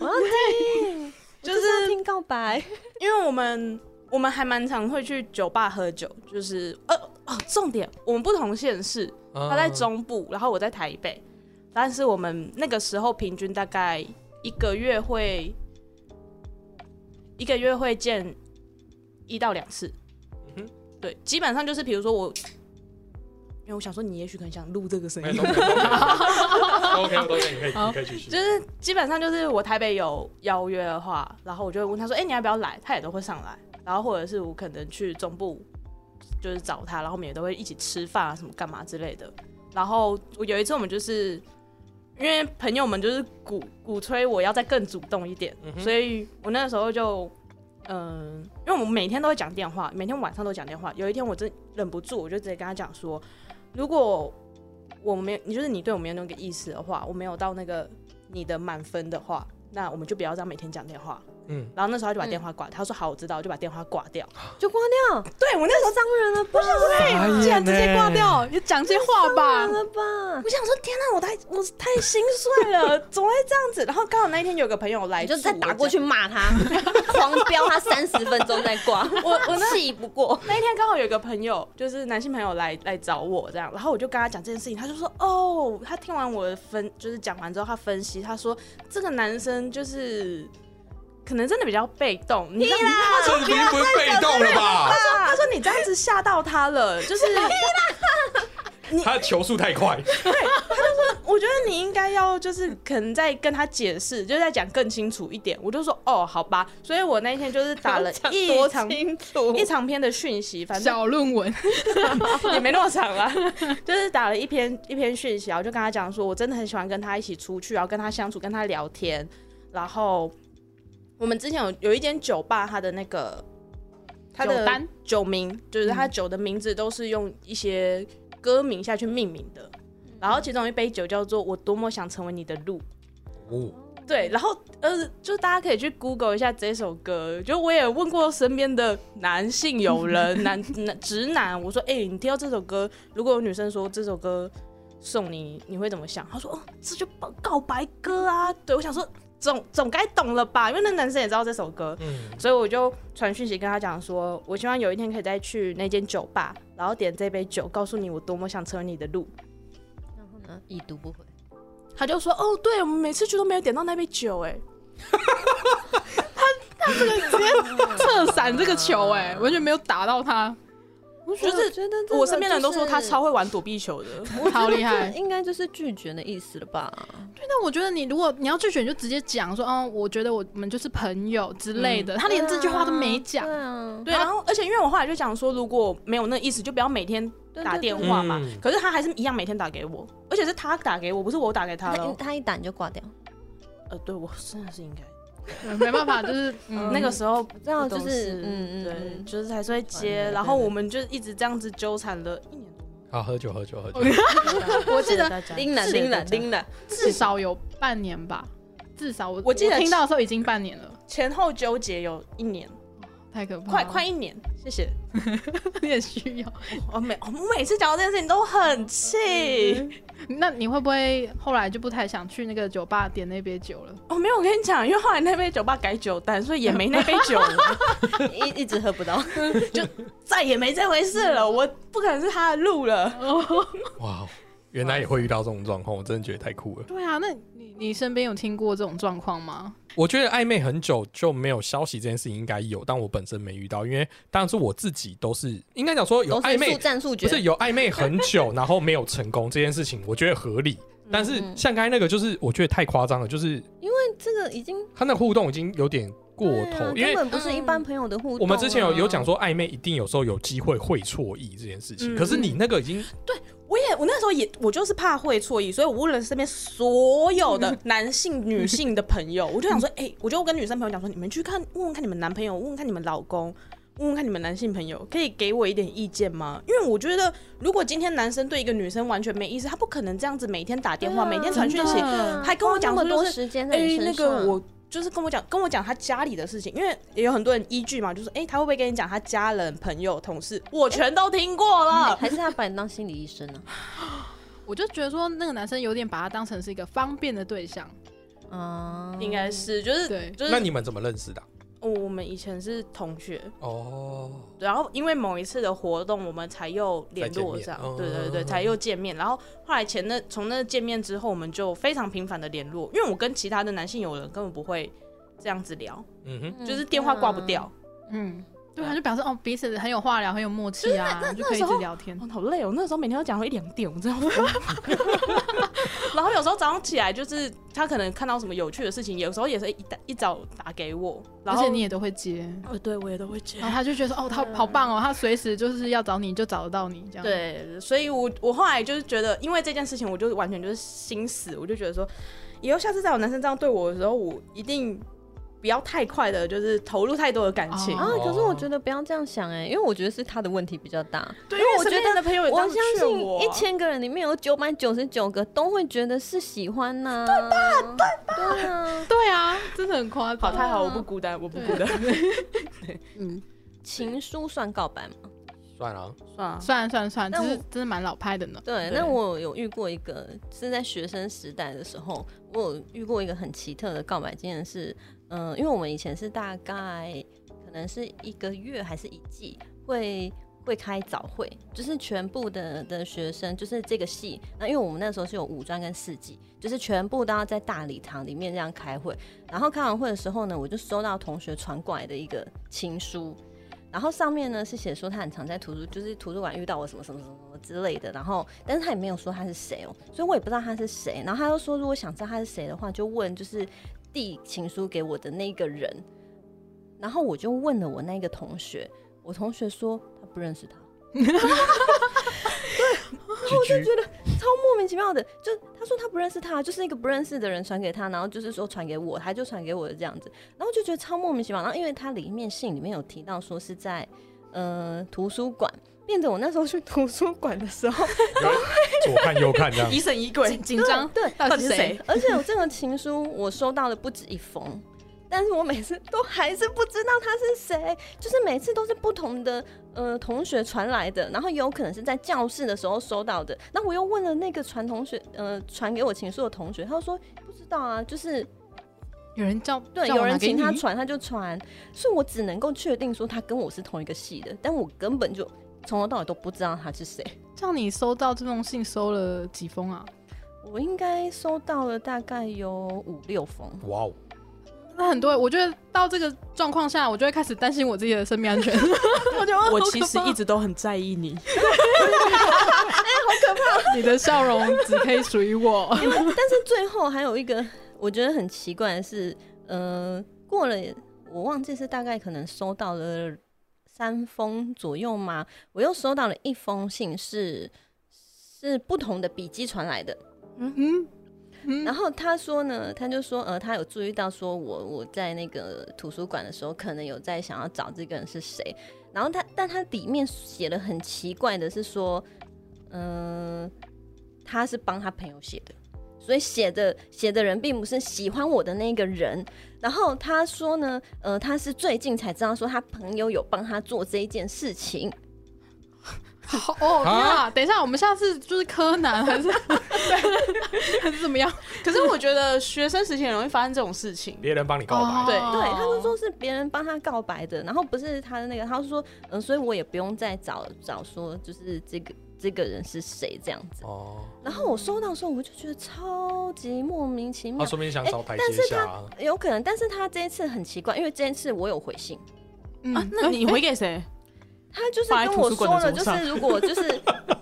Speaker 2: 我要听，
Speaker 5: 就
Speaker 2: 我就是
Speaker 5: 是
Speaker 2: 要听告白。
Speaker 5: 因为我们我们还蛮常会去酒吧喝酒，就是呃哦，重点我们不同县市，他
Speaker 3: 他
Speaker 5: 在中部，然后我在台北，但是我们那个时候平均大概一个月会一个月会见一到两次，
Speaker 3: 嗯哼
Speaker 5: 对，基本上就是比如说我，因为我想说你也许很想录这个声音，
Speaker 3: OK OK，你可以
Speaker 4: 好
Speaker 3: 你可以继续。
Speaker 5: 就是基本上就是我台北有邀约的话，然后我就会问他说，哎、你要不要来？他也都会上来，然后或者是我可能去中部就是找他，然后我们也都会一起吃饭啊什么干嘛之类的。然后我有一次我们就是因为朋友们就是鼓鼓吹我要再更主动一点，
Speaker 3: 嗯哼
Speaker 5: 所以我那个时候就。嗯，因为我们每天都会讲电话，每天晚上都讲电话。有一天我真忍不住，我就直接跟他讲说，如果我没有，你就是你对我没有那个意思的话，我没有到那个你的满分的话，那我们就不要这样每天讲电话。
Speaker 3: 嗯，
Speaker 5: 然后那时候他就把电话挂，他说好，我知道，我就把电话挂掉。
Speaker 2: 就挂掉，
Speaker 5: 对我那时候
Speaker 2: 伤人了吧？
Speaker 5: 哎
Speaker 3: 傻眼
Speaker 4: 竟然直接挂
Speaker 3: 呢
Speaker 4: 掉，也讲些话吧
Speaker 2: 伤人。了吧？
Speaker 5: 我想说，天哪，我太我太心碎了，怎么会这样子？然后刚好那一天有个朋友来，
Speaker 2: 你就再打过去。骂他，狂飙他三十分钟再挂，
Speaker 5: 我我那
Speaker 2: 气不过。
Speaker 5: 那一天刚好有一个朋友，就是男性朋友来来找我这样，然后我就跟他讲这件事情，他就说哦，他听完我的分，就是讲完之后他分析，他说这个男生就是可能真的比较被动，你知道吗？
Speaker 3: 这已经不是被动了吧？
Speaker 5: 他说你这样子吓到他了，就是
Speaker 3: 他的球速太快，
Speaker 5: 我觉得你应该要就是可能再跟他解释，就再讲更清楚一点。我就说哦，好吧，所以我那一天就是打了 一长
Speaker 2: 清楚
Speaker 5: 一长篇的讯息，反正
Speaker 4: 小论文，
Speaker 5: 也没那么长啦，就是打了一篇一篇讯息，然后就跟他讲说，我真的很喜欢跟他一起出去，然后跟他相处，跟他聊天。然后我们之前有有一间酒吧，它的那个它
Speaker 4: 酒
Speaker 5: 的
Speaker 4: 单
Speaker 5: 酒名，就是它酒的名字都是用一些歌名下去命名的。然后其中一杯酒叫做《我多么想成为你的路》，
Speaker 3: 哦，
Speaker 5: 对，然后呃，就大家可以去 Google 一下这首歌。就我也问过身边的男性友人、男男直男，我说：“哎、你听到这首歌，如果有女生说这首歌送你，你会怎么想？”他说：“哦，这就告白歌啊。”对我想说，总总该懂了吧？因为那男生也知道这首歌，
Speaker 3: 嗯，
Speaker 5: 所以我就传讯息跟他讲说，我希望有一天可以再去那间酒吧，然后点这杯酒，告诉你我多么想成为你的路。
Speaker 2: 然后呢，已读不回。
Speaker 5: 他就说，哦，对，我们每次去都没有点到那杯酒、哎，
Speaker 4: 侧闪这个球、哎，完全没有打到他，
Speaker 2: 我
Speaker 5: 觉得
Speaker 2: 觉得
Speaker 5: 我身边人都说他超会玩躲避球的，
Speaker 4: 好厉害。
Speaker 2: 应该就是拒绝的意思了吧？
Speaker 4: 但我觉得你如果你要拒绝，你就直接讲说，嗯，我觉得我们就是朋友之类的。他连这句话都没讲，
Speaker 2: 对啊，
Speaker 5: 对，然后而且因为我后来就讲说，如果没有那意思，就不要每天
Speaker 2: 对
Speaker 5: 打
Speaker 2: 对
Speaker 5: 电
Speaker 2: 对
Speaker 5: 话嘛。
Speaker 3: 嗯
Speaker 5: 可是他还是一样每天打给我，而且是他打给我，不是我打给他
Speaker 2: 他一
Speaker 5: 喽。
Speaker 2: 他一打你就挂掉。
Speaker 5: 呃，对我真的是应该、
Speaker 4: 嗯没办法，就是、嗯、
Speaker 5: 那个时候
Speaker 2: 我知道，就
Speaker 5: 不懂
Speaker 2: 是
Speaker 5: 事
Speaker 2: 嗯嗯
Speaker 5: 对，
Speaker 2: 嗯，
Speaker 5: 就是还是会接
Speaker 2: 对，
Speaker 5: 然后
Speaker 2: 对
Speaker 5: 我们就一直这样子纠缠了一年多。
Speaker 3: 好，喝酒，喝酒，喝酒。
Speaker 5: 我
Speaker 2: 记得叮了叮了叮了，
Speaker 4: 至少有半年吧，至少我
Speaker 5: 我记得
Speaker 4: 听到的时候已经半年了，
Speaker 5: 前后纠结有一年，
Speaker 4: 太可怕了，
Speaker 5: 快快一年，谢谢。
Speaker 4: 你也需要。
Speaker 5: 我每我每次讲到这件事情都很气。
Speaker 4: 那你会不会后来就不太想去那个酒吧点那杯酒了？
Speaker 5: 哦，没有，我跟你讲，因为后来那杯酒吧改酒单，所以也没那杯酒了，
Speaker 2: 一一直喝不 到。
Speaker 5: 再也没这回事了。
Speaker 2: 嗯
Speaker 5: 我不可能是他的路了。
Speaker 2: 哦
Speaker 3: 哇，哦原来也会遇到这种状况，我真的觉得太酷了。
Speaker 4: 对啊，那你你身边有听过这种状况吗？
Speaker 3: 我觉得暧昧很久就没有消息这件事情应该有，但我本身没遇到，因为当然是我自己都是应该讲说有
Speaker 2: 都
Speaker 3: 暧
Speaker 2: 是
Speaker 3: 昧
Speaker 2: 速，战速决，
Speaker 3: 哎不是有暧昧很久，然后没有成功这件事情，我觉得合理。但是
Speaker 2: 嗯
Speaker 3: 像刚才那个，就是我觉得太夸张了，就是
Speaker 2: 这个已经
Speaker 3: 他那个互动已经有点过
Speaker 2: 对
Speaker 3: 头，
Speaker 2: 啊
Speaker 3: 因
Speaker 2: 根
Speaker 3: 为
Speaker 2: 本不是一般朋友的互动啊。
Speaker 3: 我们之前有有讲说暧昧一定有时候有机会会错意这件事情，
Speaker 5: 嗯
Speaker 3: 可是你那个已经
Speaker 5: 我也我那时候也我就是怕会错意，所以我问了身边所有
Speaker 2: 嗯
Speaker 5: 的男性、女性的朋 友，我就想说，哎、我就跟女生朋友讲说，你们去看问问看你们男朋友，问问看你们老公，问问看你们男性朋友，可以给我一点意见吗？因为我觉得，如果今天男生对一个女生完全没意思，他不可能这样子每天打电话、
Speaker 2: 对啊
Speaker 5: 每天传讯息
Speaker 4: 真，的
Speaker 5: 还跟我讲
Speaker 2: 花
Speaker 5: 说
Speaker 2: 那么多
Speaker 5: 就是
Speaker 2: 时间在
Speaker 5: 哎、
Speaker 2: 你
Speaker 5: 那
Speaker 2: 身上
Speaker 5: 个我就是跟我讲，跟我讲他家里的事情，因为也有很多人依据嘛，就是哎、他会不会跟你讲他家人、朋友、同事，我全都听过了。
Speaker 2: 还是他把你当心理医生呢？啊
Speaker 4: 我就觉得说那个男生有点把他当成是一个方便的对象，
Speaker 2: 啊，
Speaker 5: 应该是，就是
Speaker 4: 对
Speaker 5: 就是
Speaker 3: 那你们怎么认识的啊、
Speaker 5: 哦，我们以前是同学，
Speaker 3: 哦，
Speaker 5: 对然后因为某一次的活动，我们才又联络
Speaker 3: 再见
Speaker 5: 上，
Speaker 3: 面
Speaker 5: 对对
Speaker 3: 哦
Speaker 5: 对，才又见面。然后后来前那从那见面之后，我们就非常频繁的联络，因为我跟其他的男性友人根本不会这样子聊，
Speaker 3: 嗯哼，
Speaker 2: 嗯
Speaker 5: 就是电话挂不。掉，
Speaker 4: 嗯。对啊，就表示哦，彼此很有话聊，很有默契啊，就可以一
Speaker 5: 那时
Speaker 4: 直
Speaker 5: 候
Speaker 4: 聊天。
Speaker 5: 哦，好累哦，那时候每天要讲到一两点，我真的要疯。 然后有时候早上起来，就是他可能看到什么有趣的事情，有时候也是一大一早打给我，然
Speaker 4: 而
Speaker 5: 后
Speaker 4: 且你也都会接，
Speaker 5: 哦，对我也都会接
Speaker 4: 然后他就觉得说哦，他好棒哦，他随时就是要找你就找得到你这样。，
Speaker 5: 对，所以我我后来就是觉得，因为这件事情，我就完全就是心死，我就觉得说，以后下次再有男生这样对我的时候，我一定不要太快的，就是投入太多的感情。
Speaker 2: 啊
Speaker 3: 哦，
Speaker 2: 可是我觉得不要这样想哎，因为我觉得是他的问题比较大。
Speaker 5: 对，因为我
Speaker 2: 觉
Speaker 5: 身边的朋友也这
Speaker 2: 我
Speaker 5: 样
Speaker 2: 相
Speaker 5: 劝
Speaker 2: 信
Speaker 5: 我啊
Speaker 2: 一千个人里面有九百九十九个都会觉得是喜欢呐，对吧？对吧？对啊，
Speaker 4: 对啊，真的很夸
Speaker 5: 好，
Speaker 4: 张。
Speaker 5: 太好，我不孤单，我不孤单，
Speaker 4: 嗯，
Speaker 2: 情书算告白吗？
Speaker 3: 算了啊，
Speaker 5: 算了。
Speaker 4: 算算算，
Speaker 2: 但
Speaker 4: 这是
Speaker 2: 我
Speaker 4: 真的蛮老派的呢。
Speaker 2: 对，
Speaker 5: 对
Speaker 2: 那我有遇过一个是在学生时代的时候，我有遇过一个很奇特的告白经验是，嗯、因为我们以前是大概可能是一个月还是一季会会开早会，就是全部的的学生，就是这个系，那因为我们那时候是有五专跟四季，就是全部都要在大礼堂里面这样开会，然后开完会的时候呢，我就收到同学传过来的一个情书，然后上面呢是写说他很常在图书，就是图书馆遇到我什么什么什么什么之类的，然后但是他也没有说他是谁哦，所以我也不知道他是谁。然后他又说，如果想知道他是谁的话，就问就是递情书给我的那个人。然后我就问了我那个同学，我同学说他不认识他。
Speaker 3: 我就觉得
Speaker 2: 超莫名其妙的，就他说他不认识他，就是一个不认识的人传给他，然后就是说传给我，他就传给我的这样子，然后就觉得超莫名其妙。然后因为他里面信里面有提到说是在呃图书馆，变得我那时候去图书馆的时候，
Speaker 3: 左看右看这 样，
Speaker 5: 疑神疑鬼
Speaker 4: 紧，紧 张，
Speaker 2: 对，
Speaker 4: 到
Speaker 5: 到
Speaker 4: 底
Speaker 5: 底
Speaker 4: 是
Speaker 5: 是
Speaker 4: 谁
Speaker 5: 谁？
Speaker 2: 而且我这个情书我收到了不止一封，但是我每次都还是不知道他是谁，就是每次都是不同的呃同学传来的，然后也有可能是在教室的时候收到的。那我又问了那个传同学呃传给我情书的同学，他就说不知道啊，就是
Speaker 4: 有人叫，
Speaker 2: 对，
Speaker 4: 叫
Speaker 2: 有
Speaker 4: 我拿
Speaker 2: 人
Speaker 4: 给
Speaker 2: 请他
Speaker 4: 你
Speaker 2: 传，他就传，所以我只能够确定说他跟我是同一个系的，但我根本就从头到尾都不知道他是谁。
Speaker 4: 叫你收到这封信，收了几封啊？
Speaker 2: 我应该收到了大概有五六封，
Speaker 3: 哇哦，
Speaker 4: 那很多，我觉得到这个状况下，我就会开始担心我自己的生命安全。 我觉得
Speaker 5: 我其实一直都很在意你，
Speaker 4: 你的笑容只可以属 于我。
Speaker 2: 因为但是最后还有一个我觉得很奇怪的是，呃，过了我忘记是大概可能收到了三封左右嘛，我又收到了一封信是是不同的笔记传来的，
Speaker 4: 嗯嗯，
Speaker 2: 然后他说呢，他就说，呃，他有注意到说我我在那个图书馆的时候，可能有在想要找这个人是谁。然后他，但他里面写的很奇怪的是说，嗯、他是帮他朋友写的，所以写的写的人并不是喜欢我的那个人。然后他说呢，呃，他是最近才知道说他朋友有帮他做这一件事情。
Speaker 4: 好哦，
Speaker 3: 啊
Speaker 4: 那等一下，我们下次就是柯南还是还是怎么样？
Speaker 5: 可是我觉得学生时期很容易发生这种 事情。
Speaker 3: 别人帮你告白，
Speaker 5: 对
Speaker 2: 对，他就说是别人帮他告白的，然后不是他的那个，他就说，嗯、所以我也不用再找找说，就是这个这个人是谁这样子。
Speaker 3: 哦，
Speaker 2: 然后我收到的时候，我就觉得超级莫名其
Speaker 3: 他
Speaker 2: 妙，
Speaker 3: 说明想找台
Speaker 2: 但
Speaker 3: 阶
Speaker 2: 是
Speaker 3: 下啊，
Speaker 2: 有可能，但是他这一次很奇怪，因为这一次我有回信，
Speaker 4: 嗯
Speaker 5: 啊，那你回给谁？
Speaker 2: 他就是
Speaker 5: 放在
Speaker 2: 跟
Speaker 5: 图
Speaker 2: 我
Speaker 5: 书
Speaker 2: 说
Speaker 5: 馆的
Speaker 2: 了，
Speaker 5: 桌
Speaker 2: 就是
Speaker 5: 上
Speaker 2: 如果就是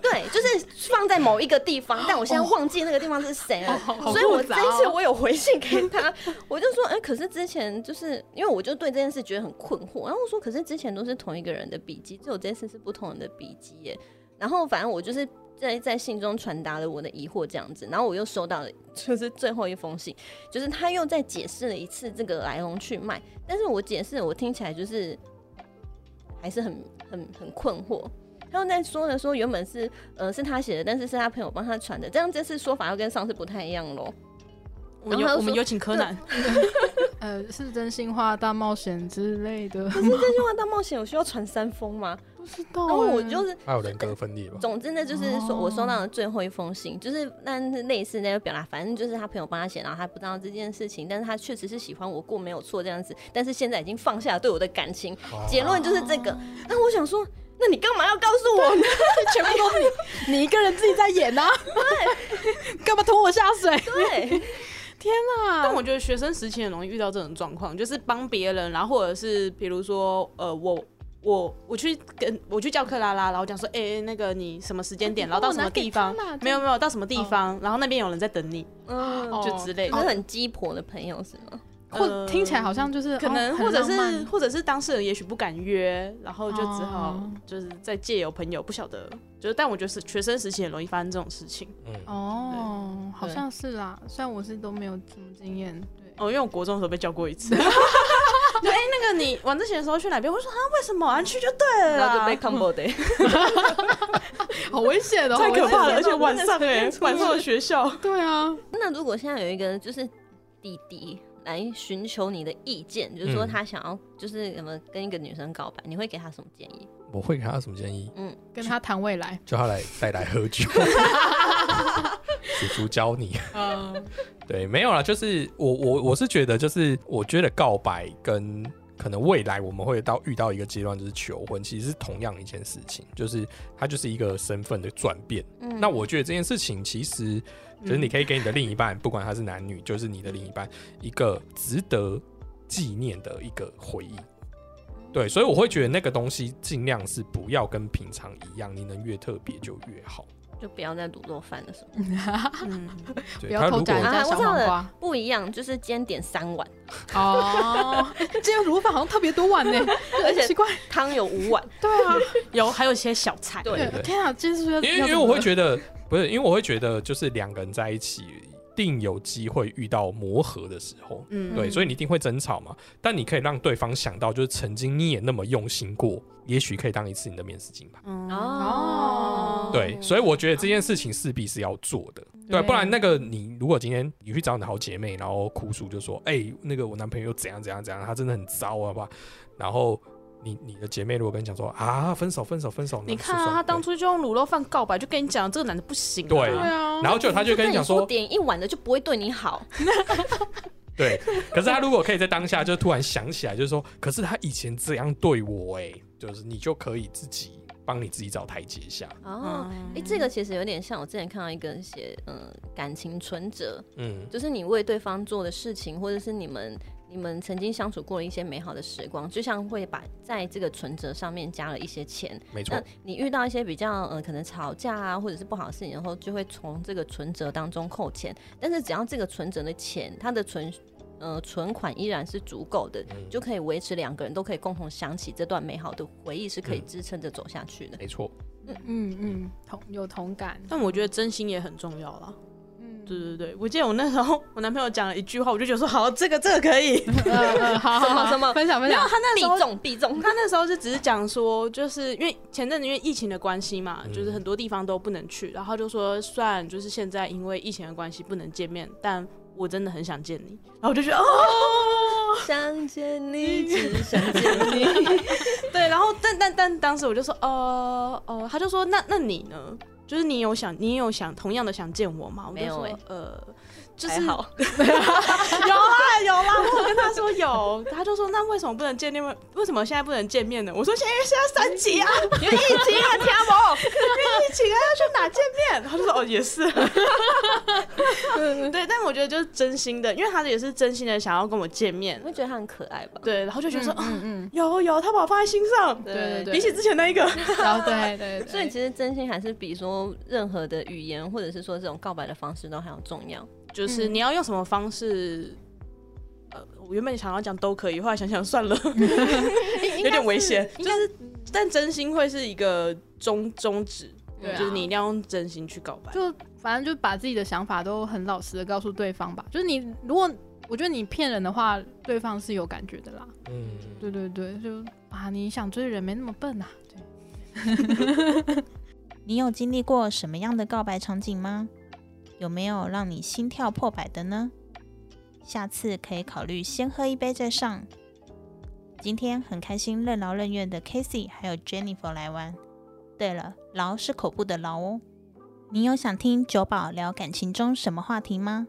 Speaker 2: 对，就是放在某一个地方，但我
Speaker 5: 哦
Speaker 2: 现在忘记那个地方是谁了，
Speaker 4: 好好
Speaker 2: 所以我
Speaker 4: 复
Speaker 2: 这
Speaker 4: 杂
Speaker 2: 一次
Speaker 4: 哦
Speaker 2: 我有回信给他，我就说，哎、可是之前就是因为我就对这件事觉得很困惑，然后我说，可是之前都是同一个人的笔记，只有这次是不同人的笔记耶。然后反正我就是在在信中传达了我的疑惑这样子，然后我又收到了就是最后一封信，就是他又再解释了一次这个来龙去脉，但是我解释我听起来就是还是很很很困惑。他又在说呢，说原本是呃是他写的，但是是他朋友帮他传的，这样这次说法又跟上次不太一样喽。
Speaker 5: 我们
Speaker 2: 然后他就
Speaker 5: 有我们
Speaker 2: 说
Speaker 5: 有请柯南，
Speaker 4: 呃是真心话大冒险之类的，
Speaker 2: 可是这句话大冒险有需要传三封吗？
Speaker 4: 不知道
Speaker 2: 然后哦我
Speaker 4: 欸
Speaker 2: 就是，
Speaker 3: 还有人格分裂吧？
Speaker 2: 总之呢，就是说我收到的最后一封信，就是但是类似那个表达，反正就是他朋友帮他写，然后他不知道这件事情，但是他确实是喜欢我过没有错这样子，但是现在已经放下对我的感情，
Speaker 3: 哦
Speaker 2: 结论就是这个。那我想说，那你干嘛要告诉我呢？全部都是你
Speaker 4: 你一个人自己在演啊，干嘛拖我下水？
Speaker 2: 对。
Speaker 4: 天哪！
Speaker 5: 但我觉得学生时期很容易遇到这种状况，就是帮别人，然后或者是比如说，呃，我我我去跟我去叫克拉拉，然后讲说，哎、那个你什么时间点，然后到什么地方
Speaker 4: 哦你帮我拿给，他啦
Speaker 5: 没有没有到什么地方，然后那边有人在等你，
Speaker 2: 嗯，
Speaker 4: 哦
Speaker 5: 就之类
Speaker 2: 就是
Speaker 5: 的。
Speaker 2: 很鸡婆的朋友是吗？
Speaker 4: 或听起来好像就是
Speaker 5: 呃可能
Speaker 4: 哦
Speaker 5: 或者是、
Speaker 4: 很浪漫
Speaker 5: 或者是当事人也许不敢约，然后就只好
Speaker 4: 哦
Speaker 5: 就是在借由朋友，不晓得就是，但我觉得是学生时期很容易发生这种事情。
Speaker 3: 嗯，
Speaker 4: 哦，好
Speaker 5: 对
Speaker 4: 像是啦，虽然我是都没有什么经验，对，
Speaker 5: 哦，因为我国中的时候被叫过一 次。就哎、那个你晚自习的时候去哪边？我说啊，为什么啊？你去就对了
Speaker 2: 然后就
Speaker 5: 啦。
Speaker 2: 被 combo 的，
Speaker 4: 好危险哦，
Speaker 5: 太可怕了，
Speaker 2: 我
Speaker 5: 而
Speaker 2: 也是
Speaker 5: 且 晚上哎、晚上的学校。
Speaker 4: 对啊，
Speaker 2: 那如果现在有一个就是弟弟来寻求你的意见，就是说
Speaker 3: 嗯
Speaker 2: 他想要就是什么跟一个女生告白，你会给他什么建议？
Speaker 3: 我会给他什么建议？
Speaker 4: 跟他谈未来，
Speaker 3: 叫他来带来喝酒， 叔叔教你。
Speaker 4: 嗯，
Speaker 3: 对，没有啦，就是我我我是觉得，就是我觉得告白跟可能未来我们会到遇到一个阶段，就是求婚，其实是同样一件事情，就是它就是一个身份的转变。
Speaker 2: 嗯
Speaker 3: 那我觉得这件事情其实
Speaker 4: 嗯
Speaker 3: 就是你可以给你的另一半，不管他是男女，就是你的另一半一个值得纪念的一个回忆。对，所以我会觉得那个东西尽量是不要跟平常一样，你能越特别就越好。
Speaker 2: 就不要再卤肉饭了，什么
Speaker 5: 嗯，
Speaker 3: 对，他
Speaker 4: 不要
Speaker 3: 如
Speaker 4: 偷
Speaker 3: 果
Speaker 4: 斩人家
Speaker 2: 啊我
Speaker 4: 小
Speaker 2: 知道
Speaker 4: 黄
Speaker 2: 了
Speaker 4: 瓜
Speaker 2: 不一样，就是今天点三碗，
Speaker 4: 哦， 今天卤饭好像特别多碗呢，
Speaker 2: 而且
Speaker 4: 奇怪，
Speaker 2: 汤有五碗，
Speaker 4: 对啊，
Speaker 5: 有还有一些小菜。
Speaker 3: 对对
Speaker 4: 天啊，今天是不是要
Speaker 3: 因为
Speaker 4: 要
Speaker 3: 因为
Speaker 4: 怎么
Speaker 3: 我会
Speaker 4: 了
Speaker 3: 觉得不是，因为我会觉得就是两个人在一起，一定有机会遇到磨合的时候，
Speaker 5: 嗯
Speaker 3: 对，所以你一定会争吵嘛。但你可以让对方想到，就是曾经你也那么用心过，也许可以当一次你的面试金牌。
Speaker 5: 嗯，
Speaker 2: 哦
Speaker 4: 哦
Speaker 3: 对，所以我觉得这件事情势必是要做的，对，啊
Speaker 4: 对
Speaker 3: 不然那个你如果今天你去找你的好姐妹，然后哭诉就说，哎、那个我男朋友怎样怎样怎样，他真的很糟，啊好不好？然后你你的姐妹如果跟你讲说啊，分手分手分手，
Speaker 5: 你看
Speaker 3: 说
Speaker 5: 啊，
Speaker 3: 说
Speaker 5: 他当
Speaker 3: 对
Speaker 5: 初就用卤肉饭告白，就跟你讲这个男的不行啊。
Speaker 3: 对
Speaker 4: 对啊，
Speaker 3: 然后就他就跟
Speaker 2: 跟
Speaker 3: 你
Speaker 2: 你
Speaker 3: 讲说，
Speaker 2: 点一碗的就不会对你好，
Speaker 3: 对，可是他如果可以在当下就突然想起来，就是说，可是他以前这样对我、欸，哎，就是你就可以自己帮你自己找台阶下。
Speaker 2: 哦，哎、这个其实有点像我之前看到一个写，嗯、感情存折，
Speaker 3: 嗯，
Speaker 2: 就是你为对方做的事情，或者是你们你们曾经相处过的一些美好的时光，就像会把在这个存折上面加了一些钱。
Speaker 3: 没错
Speaker 2: 那，你遇到一些比较呃可能吵架啊，或者是不好的事情，然后就会从这个存折当中扣钱。但是只要这个存折的钱，它的存呃存款依然是足够的，
Speaker 3: 嗯
Speaker 2: 就可以维持两个人都可以共同想起这段美好的回忆，是可以
Speaker 3: 嗯
Speaker 2: 支撑着走下去的。
Speaker 3: 没错，
Speaker 4: 嗯嗯，同有同感，
Speaker 5: 但我觉得真心也很重要啦。
Speaker 4: 嗯，
Speaker 5: 对对对，我记得我那时候我男朋友讲了一句话，我就觉得说好，这个这个可以。
Speaker 4: 嗯嗯，好好好，
Speaker 2: 什么
Speaker 4: 分享分
Speaker 5: 没有，
Speaker 4: 享，
Speaker 5: 他那
Speaker 2: 必
Speaker 5: 时候
Speaker 2: 中 必中，
Speaker 5: 他那时候就只是讲说，就是因为前阵子因为疫情的关系嘛，就是很多地方都不能去，然后就说虽然就是现在因为疫情的关系不能见面，但我真的很想见你，然后我就觉得哦，
Speaker 2: 想见你，只想见 你。
Speaker 5: 对，然后但但但当时我就说，呃呃，他就说那那你呢？就是你有想你有想同样的想见我吗？我就
Speaker 2: 没有
Speaker 5: 说、
Speaker 2: 欸
Speaker 5: 呃，就
Speaker 2: 就是是好，
Speaker 5: 有啦有啦，我有跟他说有，他就说那为什么不能见面？为什么现在不能见面呢？我说现在现在三级啊，因为疫情啊，听 不，因为疫情啊，要去哪见面？他就说哦也是， 对，但我觉得就是真心的，因为他也是真心的想要跟我见面
Speaker 2: 你，会觉得他很可爱吧？
Speaker 5: 对，然后就觉得说、
Speaker 4: 嗯嗯，
Speaker 5: 有有，他把我放在心上，
Speaker 4: 嗯对对对，
Speaker 5: 比起之前那一个，
Speaker 4: 然后哦对对， 对
Speaker 2: 所以其实真心还是比说任何的语言，或者是说这种告白的方式都还要重要。
Speaker 5: 就是
Speaker 4: 嗯
Speaker 5: 你要用什么方式。呃，我原本想要讲都可以，后来想想算了， 有点危险。就是，但真心会是一个中宗旨，
Speaker 4: 对啊
Speaker 5: 就是你一定要用真心去告白。
Speaker 4: 就反正就把自己的想法都很老实的告诉对方吧。就是你如果我觉得你骗人的话，对方是有感觉的啦。
Speaker 3: 嗯，
Speaker 4: 对对对，就啊，你想追的人没那么笨啊。对
Speaker 1: 你有经历过什么样的告白场景吗？有没有让你心跳破百的呢？下次可以考虑先喝一杯再上。今天很开心，任劳任怨的 k a s e y 还有 Jennifer 来玩。对了，劳是口部的劳哦。你有想听九宝聊感情中什么话题吗？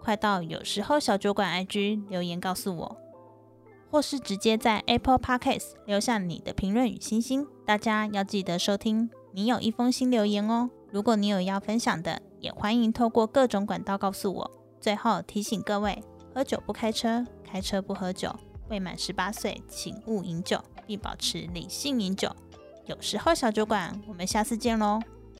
Speaker 1: 快到有时候小酒馆 IG 留言告诉我，或是直接在 Apple Podcast 留下你的评论与星星。大家要记得收听，你有一封新留言哦。如果你有要分享的，也欢迎透过各种管道告诉我。最后提醒各位：喝酒不开车，开车不喝酒。未满十八岁，请勿饮酒，并保持理性饮酒。有时候小酒馆，我们下次见喽，